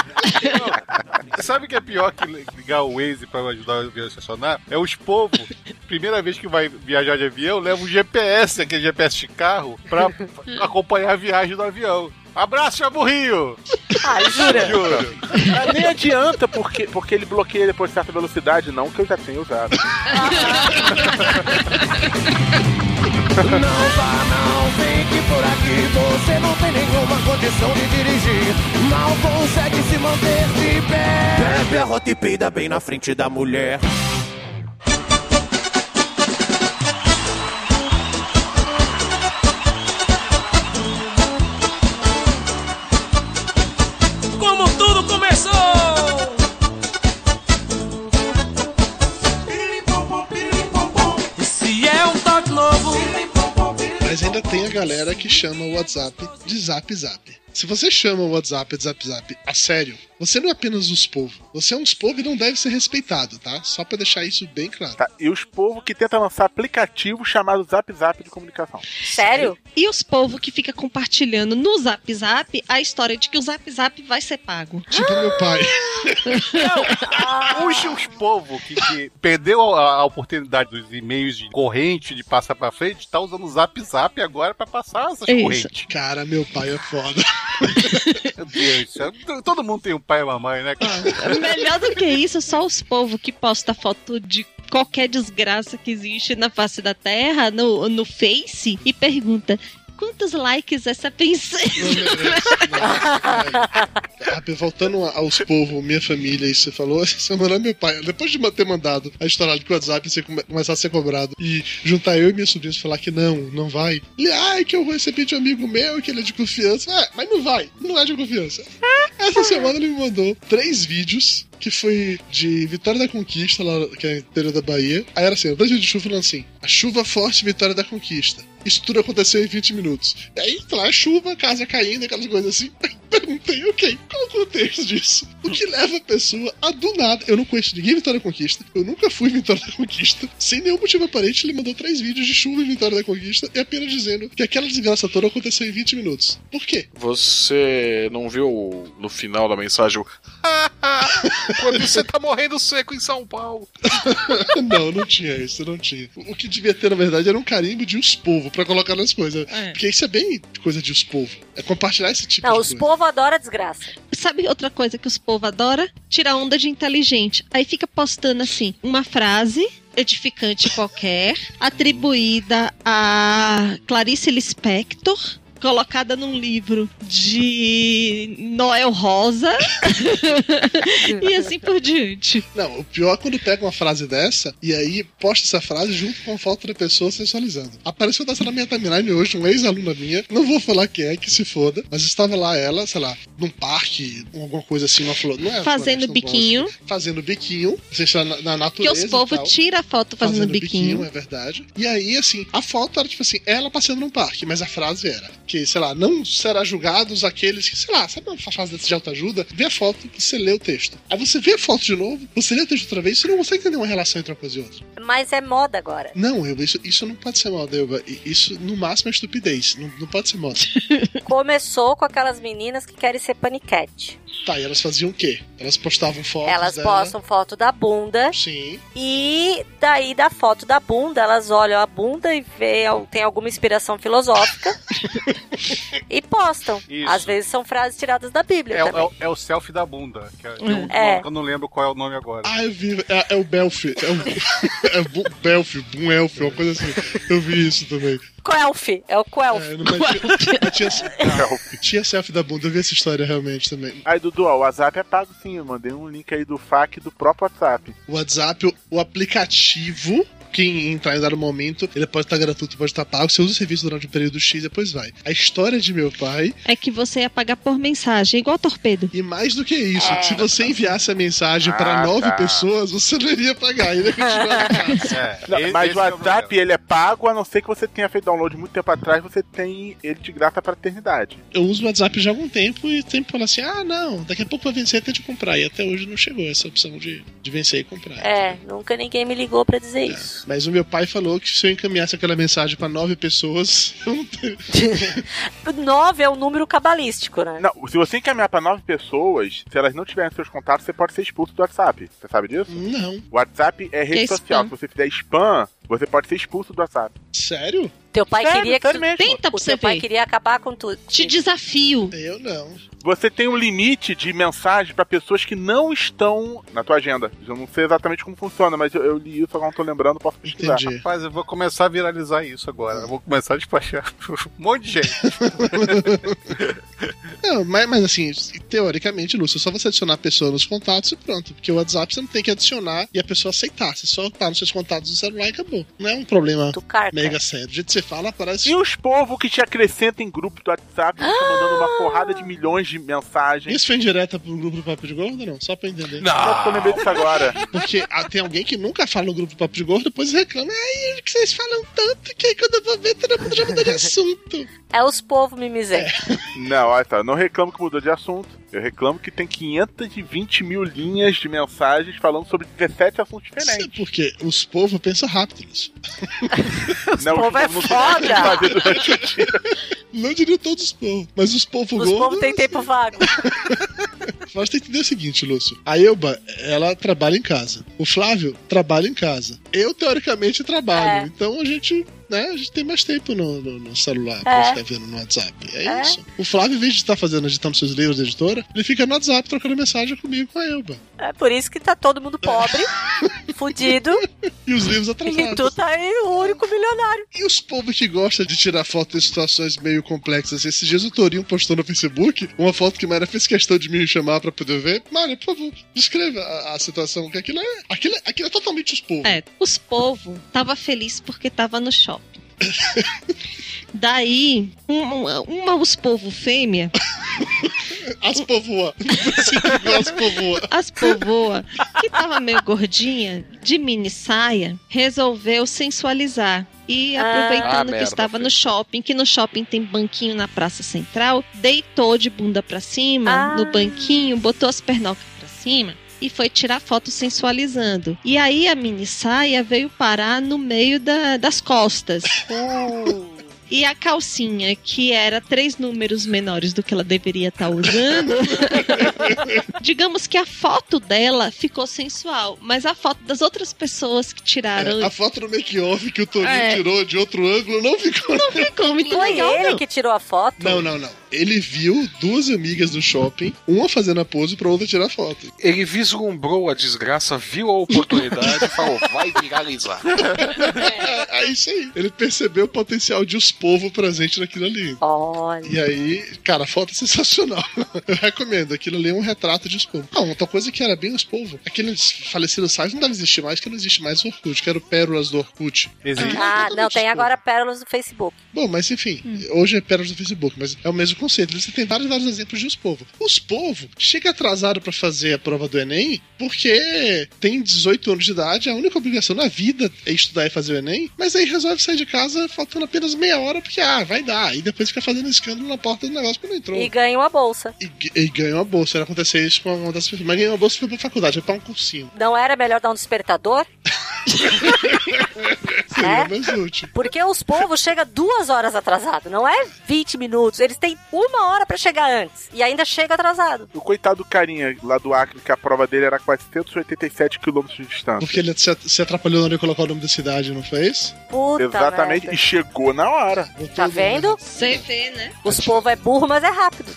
Speaker 7: Sabe o que é pior que ligar o Waze pra ajudar o avião a estacionar? É os povos. Primeira vez que vai viajar de avião, leva um o GPS, aquele GPS de carro, pra acompanhar a viagem do avião. Abraço, Chaburrinho!
Speaker 1: Ai,
Speaker 5: jura?
Speaker 7: Juro.
Speaker 5: Mas nem adianta porque, porque ele bloqueia depois de certa velocidade, não, que eu já tenho usado.
Speaker 14: Não vá, não, vem que por aqui você não tem nenhuma condição de dirigir. Não consegue se manter de pé. Bebe a rota e peida bem na frente da mulher.
Speaker 10: Como tudo começou! Se é um toque novo.
Speaker 3: Mas ainda tem a galera que chama o WhatsApp de Zap Zap. Se você chama o WhatsApp de Zap Zap a sério, você não é apenas os povos. Você é uns povos e não deve ser respeitado, tá? Só pra deixar isso bem claro.
Speaker 5: Tá, E os povos que tentam lançar aplicativo chamado Zap Zap de comunicação.
Speaker 1: Sério?
Speaker 4: E os povos que fica compartilhando no Zap Zap a história de que o Zap Zap vai ser pago.
Speaker 3: Tipo meu pai.
Speaker 7: Ah. Os, os povos que, que perdeu a, a oportunidade dos e-mails de corrente de passar pra frente, tá usando o Zap Zap agora pra passar essas correntes.
Speaker 3: Cara, meu pai é foda.
Speaker 7: Meu Deus, do céu. T- todo mundo tem um pai e uma mãe, né?
Speaker 4: Ah.
Speaker 7: cara?
Speaker 4: Melhor do que isso, só os povos que postam foto de qualquer desgraça que existe na face da terra, no, no Face, e pergunta. Quantos likes essa princesa?
Speaker 3: Ah, Voltando a- aos povos, minha família, isso você falou, essa semana é meu pai, depois de ter mandado a história de WhatsApp você come- começar a ser cobrado e juntar eu e minha sobrinha e falar que não, não vai. Ele, ai, que eu vou receber de um amigo meu, que ele é de confiança. É, mas não vai, não é de confiança. Essa semana ele me mandou três vídeos, que foi de Vitória da Conquista, lá que é interior da Bahia. Aí era assim, dois vídeos de chuva falando assim, a chuva forte, Vitória da Conquista. Isso tudo aconteceu em 20 minutos. Aí, tá lá, chuva, casa caindo, aquelas coisas assim. Perguntei, ok, qual o contexto disso? O que leva a pessoa a do nada? Eu não conheço ninguém em Vitória da Conquista, eu nunca fui em Vitória da Conquista. Sem nenhum motivo aparente, ele mandou três vídeos de chuva em Vitória da Conquista e apenas dizendo que aquela desgraça toda aconteceu em 20 minutos. Por quê?
Speaker 6: Você não viu no final da mensagem o Quando você tá morrendo seco em São Paulo.
Speaker 3: não, não tinha isso, não tinha. O que devia ter, na verdade, era um carimbo de os povo pra colocar nas coisas. Porque isso é bem coisa de os povo. É compartilhar esse tipo
Speaker 1: Não,
Speaker 3: de
Speaker 1: os
Speaker 3: coisa.
Speaker 1: povos adoram desgraça.
Speaker 4: Sabe outra coisa que os povos adora? Tirar onda de inteligente. Aí fica postando assim, uma frase edificante qualquer, atribuída a Clarice Lispector, colocada num livro de Noel Rosa. e assim por diante.
Speaker 3: Não, o pior é quando pega uma frase dessa e aí posta essa frase junto com a foto da pessoa sensualizando. Apareceu dessa na minha timeline hoje, uma ex-aluna minha, não vou falar quem é, que se foda, mas estava lá ela, sei lá, num parque, alguma coisa assim, uma flor. Não é
Speaker 4: Fazendo
Speaker 3: floresta, um
Speaker 4: biquinho.
Speaker 3: bosque. fazendo biquinho, sei lá, na, na
Speaker 4: Porque
Speaker 3: natureza.
Speaker 4: os
Speaker 3: e tal.
Speaker 4: povos tiram a foto fazendo, biquinho.
Speaker 3: É verdade. E aí, assim, a foto era tipo assim, ela passeando num parque, mas a frase era que, sei lá, não será julgados aqueles que, sei lá, sabe uma frase dessa de autoajuda? Vê a foto e você lê o texto. Aí você vê a foto de novo, você lê o texto outra vez, você não consegue entender uma relação entre uma coisa e outra.
Speaker 1: Mas é moda agora.
Speaker 3: Não, Elba, isso, isso não pode ser moda, Elba. I- Isso, no máximo, é estupidez. Não, não pode ser moda.
Speaker 1: Começou com aquelas meninas que querem ser paniquete.
Speaker 3: tá, e elas faziam o quê? Elas postavam fotos
Speaker 1: Elas
Speaker 3: dela.
Speaker 1: postam foto da bunda.
Speaker 3: Sim.
Speaker 1: E daí da foto da bunda, elas olham a bunda e vê, al- tem alguma inspiração filosófica e postam.
Speaker 7: Isso.
Speaker 1: Às vezes são frases tiradas da Bíblia
Speaker 7: É, o-
Speaker 1: também.
Speaker 7: é o- é o selfie da bunda. Que é, tem um nome
Speaker 1: É.
Speaker 7: que eu não lembro qual é o nome agora.
Speaker 3: Ah, eu vi. É, é o Belf. É o, é o Bu- Belf, Boom Elf, uma coisa assim. Eu vi isso também.
Speaker 1: Quelf, é o Quelf.
Speaker 3: É, não, mas tinha, mas tinha, tinha selfie da bunda, eu vi essa história realmente também.
Speaker 5: Aí, Dudu, ó, o WhatsApp é pago sim, eu mandei um link aí do FAQ do próprio WhatsApp.
Speaker 3: O WhatsApp, o- o aplicativo que em em determinado momento ele pode estar gratuito, pode estar pago. Você usa o serviço durante um período X e depois vai. A história de meu pai
Speaker 4: É que você ia pagar por mensagem, igual torpedo.
Speaker 3: E mais do que isso, se você enviasse a mensagem para
Speaker 5: Ah,
Speaker 3: nove
Speaker 5: tá.
Speaker 3: pessoas, você não iria pagar. Ele ia continuar
Speaker 5: Não,
Speaker 3: esse-
Speaker 5: mas
Speaker 3: esse
Speaker 5: o
Speaker 3: é o
Speaker 5: WhatsApp, ele é pago, a não ser que você tenha feito download muito tempo atrás, você tem ele de graça pra eternidade.
Speaker 3: eu uso o WhatsApp já há algum tempo e sempre falo assim: ah, não, daqui a pouco vai vencer, tente comprar. E até hoje não chegou essa opção de, de vencer e comprar.
Speaker 15: É, nunca ninguém me ligou pra dizer isso.
Speaker 3: Mas o meu pai falou que se eu encaminhasse aquela mensagem para nove pessoas, eu não teria.
Speaker 1: Nove é um número cabalístico, né?
Speaker 5: Não, se você encaminhar pra nove pessoas, se elas não tiverem seus contatos, você pode ser expulso do WhatsApp. Você sabe disso?
Speaker 3: Não.
Speaker 5: O WhatsApp é rede
Speaker 1: Que é
Speaker 5: social.
Speaker 1: spam.
Speaker 5: Se você fizer spam, você pode ser expulso do WhatsApp.
Speaker 3: Sério?
Speaker 1: Teu pai
Speaker 5: Sério,
Speaker 1: queria que
Speaker 5: sério
Speaker 1: tu...
Speaker 5: mesmo.
Speaker 1: Tenta pra você Teu pai queria acabar com tudo.
Speaker 4: Te desafio.
Speaker 3: Eu não.
Speaker 5: Você tem um limite de mensagem pra pessoas que não estão na tua agenda. Eu não sei exatamente como funciona, mas eu, eu li isso, agora não tô lembrando, posso pesquisar.
Speaker 7: Rapaz, eu vou começar a viralizar isso agora. Eu vou começar a despachar um monte de gente.
Speaker 3: Não, mas, mas assim, teoricamente, Lúcio, é só você adicionar a pessoa nos contatos e pronto. Porque o WhatsApp você não tem que adicionar e a pessoa aceitar. Você só tá nos seus contatos do celular e acabou. Não é um problema mega sério. Do jeito que você fala, parece.
Speaker 5: E os povos que te acrescentam em grupo do WhatsApp, que estão mandando uma porrada de milhões de mensagens.
Speaker 3: Isso foi indireta pro grupo do Papo de Gordo, não? Só pra eu entender.
Speaker 5: Não. Eu lembrei disso agora.
Speaker 3: Porque ah, tem alguém que nunca fala no grupo do Papo de Gordo, depois reclama. Ai, que vocês falam tanto que aí quando eu vou ver, todo mundo já mudou de assunto.
Speaker 1: É os povos mimizé.
Speaker 5: Não, olha só, eu não reclamo que mudou de assunto. Eu reclamo que tem 520 mil linhas de mensagens falando sobre 17 assuntos diferentes.
Speaker 3: Sabe por quê? Os povos pensam rápido nisso.
Speaker 5: Não, o povo é foda!
Speaker 3: Não diria todos os povos, mas os povos gordos. Os povos
Speaker 1: têm tempo vago.
Speaker 3: Nós tem que entender o seguinte, Lúcio. A Elba, ela trabalha em casa. O Flávio trabalha em casa. Eu, teoricamente, trabalho. Então a gente. Né? A gente tem mais tempo no, no- no celular pra
Speaker 11: É.
Speaker 3: ficar vendo no WhatsApp. É,
Speaker 11: É.
Speaker 3: isso. O Flávio, em vez de estar fazendo, editando seus livros da editora, ele fica no WhatsApp trocando mensagem comigo com a Elba.
Speaker 1: É por isso que tá todo mundo pobre, fudido.
Speaker 3: E os livros atrasados.
Speaker 1: E tu tá aí o único milionário.
Speaker 3: E os povos que gostam de tirar foto em situações meio complexas? Esses dias o Torinho postou no Facebook uma foto que Maria fez questão de me chamar pra poder ver. Maria, por favor, descreva a, a situação, que aquilo é, aquilo, é- aquilo é totalmente os povos.
Speaker 4: É, os povos tava feliz porque tava no shopping. Daí, uma, uma os povo fêmea,
Speaker 3: As povoa. As povoa.
Speaker 4: as povoa, que tava meio gordinha, de mini saia, resolveu sensualizar. E
Speaker 15: Ah. Ah,
Speaker 4: aproveitando que
Speaker 15: merda,
Speaker 4: estava no shopping, que no shopping tem banquinho na praça central, deitou de bunda pra cima, no banquinho, botou as pernocas pra cima e foi tirar foto sensualizando. E aí a mini saia veio parar no meio da- das costas. E a calcinha, que era três números menores do que ela deveria estar usando, digamos que a foto dela ficou sensual, mas a foto das outras pessoas que tiraram.
Speaker 3: É, a foto do make-off que o Torinho
Speaker 4: É.
Speaker 3: tirou de outro ângulo não ficou.
Speaker 4: Não ficou muito
Speaker 1: Foi
Speaker 4: legal,
Speaker 1: ele
Speaker 4: não.
Speaker 1: que tirou a foto?
Speaker 3: Não, não, não. Ele viu duas amigas no shopping, uma fazendo a pose pra outra tirar foto.
Speaker 6: Ele vislumbrou a desgraça, viu a oportunidade e falou: vai viralizar.
Speaker 3: É, isso aí. Ele percebeu o potencial de os povos presente naquilo ali.
Speaker 1: Olha.
Speaker 3: E aí, cara, a foto é sensacional. Eu recomendo. Aquilo ali é um retrato de os povos. Ah, outra coisa que era bem os povos. Aquele falecido site não deve existir mais, que não existe mais o Orkut, que era o Pérolas do Orkut.
Speaker 7: Existe.
Speaker 1: Ah, não, tem agora pérolas do Facebook.
Speaker 3: Bom, mas enfim,
Speaker 1: Hum.
Speaker 3: hoje é Pérolas do Facebook, mas é o mesmo conceito. Você tem vários, vários exemplos de os povos. Os povos chega atrasado pra fazer a prova do Enem porque tem 18 anos de idade, a única obrigação na vida é estudar e fazer o Enem, mas aí resolve sair de casa faltando apenas meia hora porque, ah, vai dar. E depois fica fazendo escândalo na porta do negócio quando entrou.
Speaker 1: E ganhou a bolsa.
Speaker 3: E ganhou uma bolsa. Era acontecer isso com uma das pessoas. Mas ganhou uma bolsa e foi pra faculdade, foi pra um cursinho.
Speaker 1: Não era melhor dar um despertador? É?
Speaker 3: Seria mais útil.
Speaker 1: Porque os povos chegam duas horas atrasado, não é 20 minutos. Eles têm uma hora pra chegar antes e ainda chega atrasado.
Speaker 5: O coitado do carinha lá do Acre, que a prova dele era 487 km de distância.
Speaker 3: Porque ele se at- se atrapalhou na hora de colocar o nome da cidade, não fez?
Speaker 1: Puta
Speaker 5: Exatamente,
Speaker 1: merda.
Speaker 5: e chegou na hora.
Speaker 1: Tá vendo?
Speaker 4: Você vê, né?
Speaker 1: Os povos é burro, mas é rápido.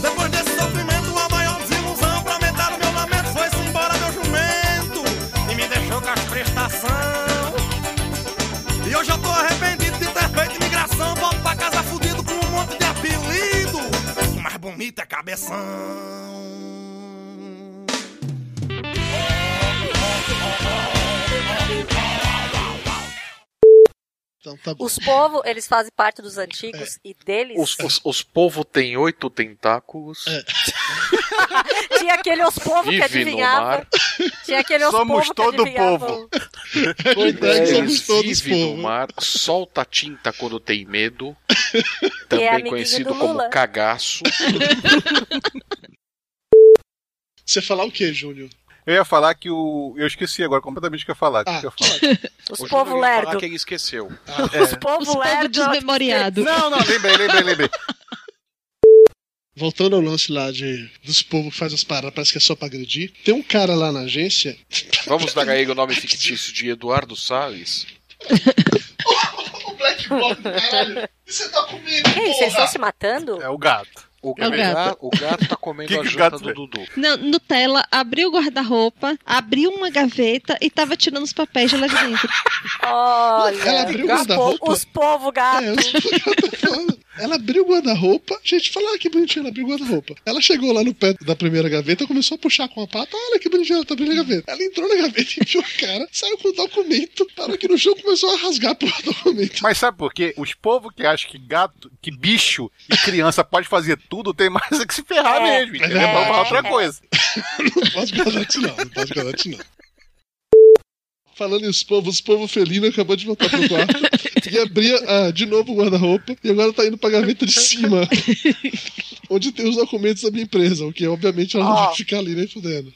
Speaker 14: Depois desse sofrimento, a maior desilusão pra aumentar o meu lamento foi-se embora meu jumento e me deixou com as prestação. E hoje eu tô arrependido de ter feito imigração. Volto pra casa fudido com um monte de apelido. coração.
Speaker 3: Então tá
Speaker 1: Os povos, eles fazem parte dos antigos e deles.
Speaker 6: Os, os, os povo tem oito tentáculos.
Speaker 1: Tinha aquele os povos que
Speaker 6: Vive no
Speaker 1: adivinhava.
Speaker 6: mar.
Speaker 1: Tinha aquele os
Speaker 6: Somos
Speaker 1: povos que
Speaker 6: todo povo.
Speaker 1: adivinhavam.
Speaker 3: Coitado, É somos todos
Speaker 6: É, vive no
Speaker 3: povo.
Speaker 6: mar, solta tinta quando tem medo.
Speaker 1: E é
Speaker 6: Também
Speaker 1: amiguinho
Speaker 6: conhecido
Speaker 1: do Lula.
Speaker 6: como cagaço.
Speaker 3: Você falar o quê, Júnior?
Speaker 5: Eu ia falar que o. Eu esqueci agora completamente o que eu ia falar. O que eu ia falar?
Speaker 1: Os
Speaker 6: Hoje
Speaker 1: povo
Speaker 6: eu ia falar
Speaker 1: lerdo.
Speaker 6: que ele esqueceu.
Speaker 5: Os
Speaker 1: Os povos
Speaker 4: povo desmemoriado.
Speaker 5: Não, não, lembrei, lembrei, lembrei.
Speaker 3: Voltando ao lance lá de, dos povos que faz as paradas, parece que é só pra agredir. Tem um cara lá na agência.
Speaker 6: Vamos dar a ele o nome fictício de Eduardo Salles.
Speaker 3: O Black Bob, caralho. Você tá comigo,
Speaker 1: Ei, vocês estão se matando?
Speaker 5: É o gato.
Speaker 6: O
Speaker 4: É o gato.
Speaker 6: O gato tá comendo
Speaker 5: Que
Speaker 6: a
Speaker 5: que o
Speaker 6: janta
Speaker 5: gato
Speaker 6: do
Speaker 5: fez?
Speaker 6: Dudu.
Speaker 4: Não, Nutella abriu o guarda-roupa, abriu uma gaveta e tava tirando os papéis de lá de dentro.
Speaker 1: Olha,
Speaker 3: Ela abriu o
Speaker 1: os, po
Speaker 3: guarda-roupa.
Speaker 1: os povo gato.
Speaker 3: É, eu sei o que eu tô falando. Ela abriu o guarda-roupa. Gente, fala ah, que bonitinha, ela abriu o guarda-roupa. Ela chegou lá no pé da primeira gaveta, começou a puxar com a pata. Olha que bonitinha, ela tá abrindo a gaveta. Ela entrou na gaveta, enfiou a cara, saiu com o documento, parou aqui no chão, começou a rasgar a porra do documento.
Speaker 5: Mas sabe por quê? Os povos que acham que gato, que bicho e criança pode fazer tudo, tem mais é que se ferrar
Speaker 1: É.
Speaker 5: mesmo. Entendeu? Vamos falar outra coisa.
Speaker 3: Não posso gozar disso, não. Não posso gozar disso, não. Falando em os povos, o povo felino acabou de voltar pro quarto e abria ah, de novo o guarda-roupa e agora tá indo pra gaveta de cima, onde tem os documentos da minha empresa, o que obviamente ela não
Speaker 1: Ó.
Speaker 3: vai ficar ali nem fudendo.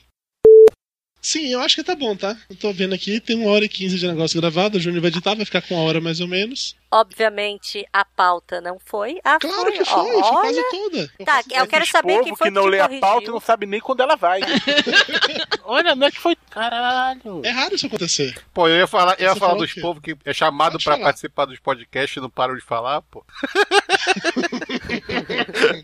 Speaker 3: Sim, eu acho que tá bom, tá? Eu tô vendo aqui, tem uma hora e quinze de negócio gravado, o Júnior vai editar, vai ficar com uma hora mais ou menos.
Speaker 1: Obviamente, a pauta não foi. Ah,
Speaker 3: Claro
Speaker 1: foi.
Speaker 3: que foi,
Speaker 1: ó,
Speaker 3: foi quase
Speaker 1: olha.
Speaker 3: toda. Eu
Speaker 1: Tá,
Speaker 3: faço-
Speaker 1: eu quero
Speaker 5: Os
Speaker 1: saber
Speaker 5: povo
Speaker 1: quem foi
Speaker 5: que não
Speaker 1: te
Speaker 5: lê a
Speaker 1: corrigiu.
Speaker 5: pauta e não sabe nem quando ela vai. Olha, não é que foi. Caralho.
Speaker 3: É raro isso acontecer.
Speaker 5: Pô, eu ia falar, eu ia
Speaker 3: Você
Speaker 5: falar
Speaker 3: falou
Speaker 5: dos
Speaker 3: o quê?
Speaker 5: povos que é chamado
Speaker 3: Pode
Speaker 5: pra
Speaker 3: falar.
Speaker 5: participar dos podcasts e não param de falar, pô.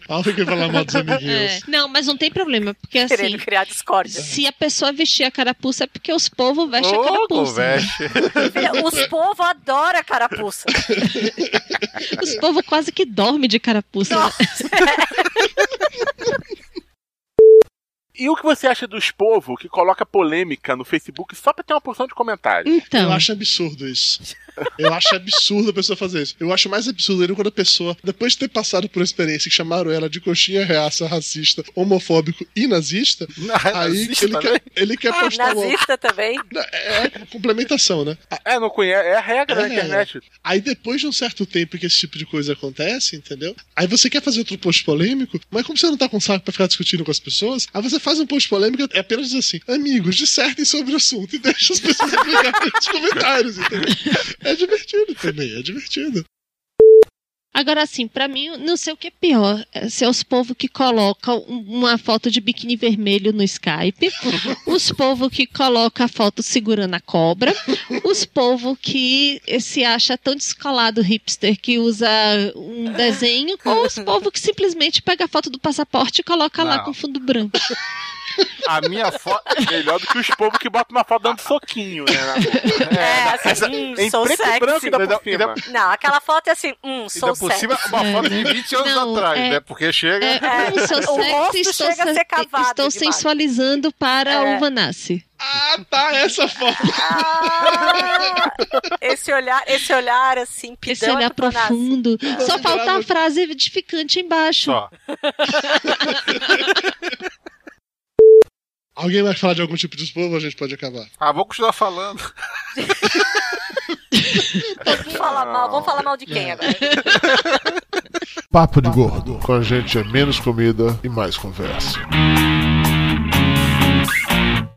Speaker 3: Algo que falar mal dos amiguinhos.
Speaker 4: É. Não, mas não tem problema, porque assim,
Speaker 1: Querendo criar discórdia.
Speaker 4: se a pessoa vestir a carapuça é porque os povos vestem a
Speaker 5: Ô,
Speaker 4: carapuça.
Speaker 5: veste.
Speaker 1: Filha, Os povo adoram carapuça.
Speaker 4: Os povos quase que dormem de carapuça. né?
Speaker 5: E o que você acha dos povos que coloca polêmica no Facebook só pra ter uma porção de comentários?
Speaker 3: Eu
Speaker 4: Então,
Speaker 3: acho absurdo isso. Eu acho absurdo a pessoa fazer isso. Eu acho mais absurdo ainda quando a pessoa, depois de ter passado por uma experiência que chamaram ela de coxinha reaça, racista, homofóbico e nazista,
Speaker 5: Não,
Speaker 3: aí
Speaker 5: nazista,
Speaker 3: ele, quer,
Speaker 5: né?
Speaker 3: ele quer postar uma.
Speaker 1: Ah, Nazista também.
Speaker 3: É complementação, né?
Speaker 5: É, não conhece. É a regra
Speaker 3: É.
Speaker 5: da internet.
Speaker 3: Aí depois de um certo tempo que esse tipo de coisa acontece, entendeu? Aí você quer fazer outro post polêmico, mas como você não tá com saco pra ficar discutindo com as pessoas, aí você faz um post polêmico e apenas diz assim: amigos, dissertem sobre o assunto e deixa as pessoas brigarem nos comentários, entendeu? É divertido também, é divertido.
Speaker 4: agora assim, pra mim, não sei o que é pior. é Se é os povos que colocam um- uma foto de biquíni vermelho no Skype, os povos que colocam a foto segurando a cobra, os povos que eh, se acha tão descolado hipster que usa um desenho, ou os povos que simplesmente pega a foto do passaporte e coloca lá
Speaker 5: Não.
Speaker 4: com fundo branco.
Speaker 5: A minha foto é melhor do que os povos que botam uma foto dando soquinho, né? na boca.
Speaker 1: É, assim,
Speaker 5: essa-
Speaker 1: hum,
Speaker 5: em
Speaker 1: sou
Speaker 5: preto e
Speaker 1: sexy.
Speaker 5: branco ainda por cima.
Speaker 1: Não, aquela foto é assim, hum,
Speaker 5: Ainda
Speaker 1: sou
Speaker 5: por
Speaker 1: sexy.
Speaker 5: cima, uma foto de 20 anos
Speaker 4: Não,
Speaker 5: atrás,
Speaker 4: é-
Speaker 5: né? Porque chega.
Speaker 4: É,
Speaker 1: É,
Speaker 4: o seu
Speaker 1: o rosto
Speaker 4: sexo estou,
Speaker 1: chega a
Speaker 4: sen-
Speaker 1: ser cavado
Speaker 4: estou
Speaker 1: demais.
Speaker 4: sensualizando para
Speaker 1: É.
Speaker 4: o Vanassi.
Speaker 3: Ah, tá, essa foto.
Speaker 1: Ah, esse olhar, esse olhar assim, pidão.
Speaker 4: Esse olhar
Speaker 1: é pro Bonazzi.
Speaker 4: profundo. Só
Speaker 3: Não,
Speaker 4: falta
Speaker 3: não.
Speaker 4: a frase edificante embaixo.
Speaker 5: Só.
Speaker 3: Alguém vai falar de algum tipo de povo, a gente pode acabar.
Speaker 5: Ah, vou continuar falando.
Speaker 1: Vamos falar mal, vamos falar mal de quem agora?
Speaker 16: Papo de Gordo. Com a gente é menos comida e mais conversa.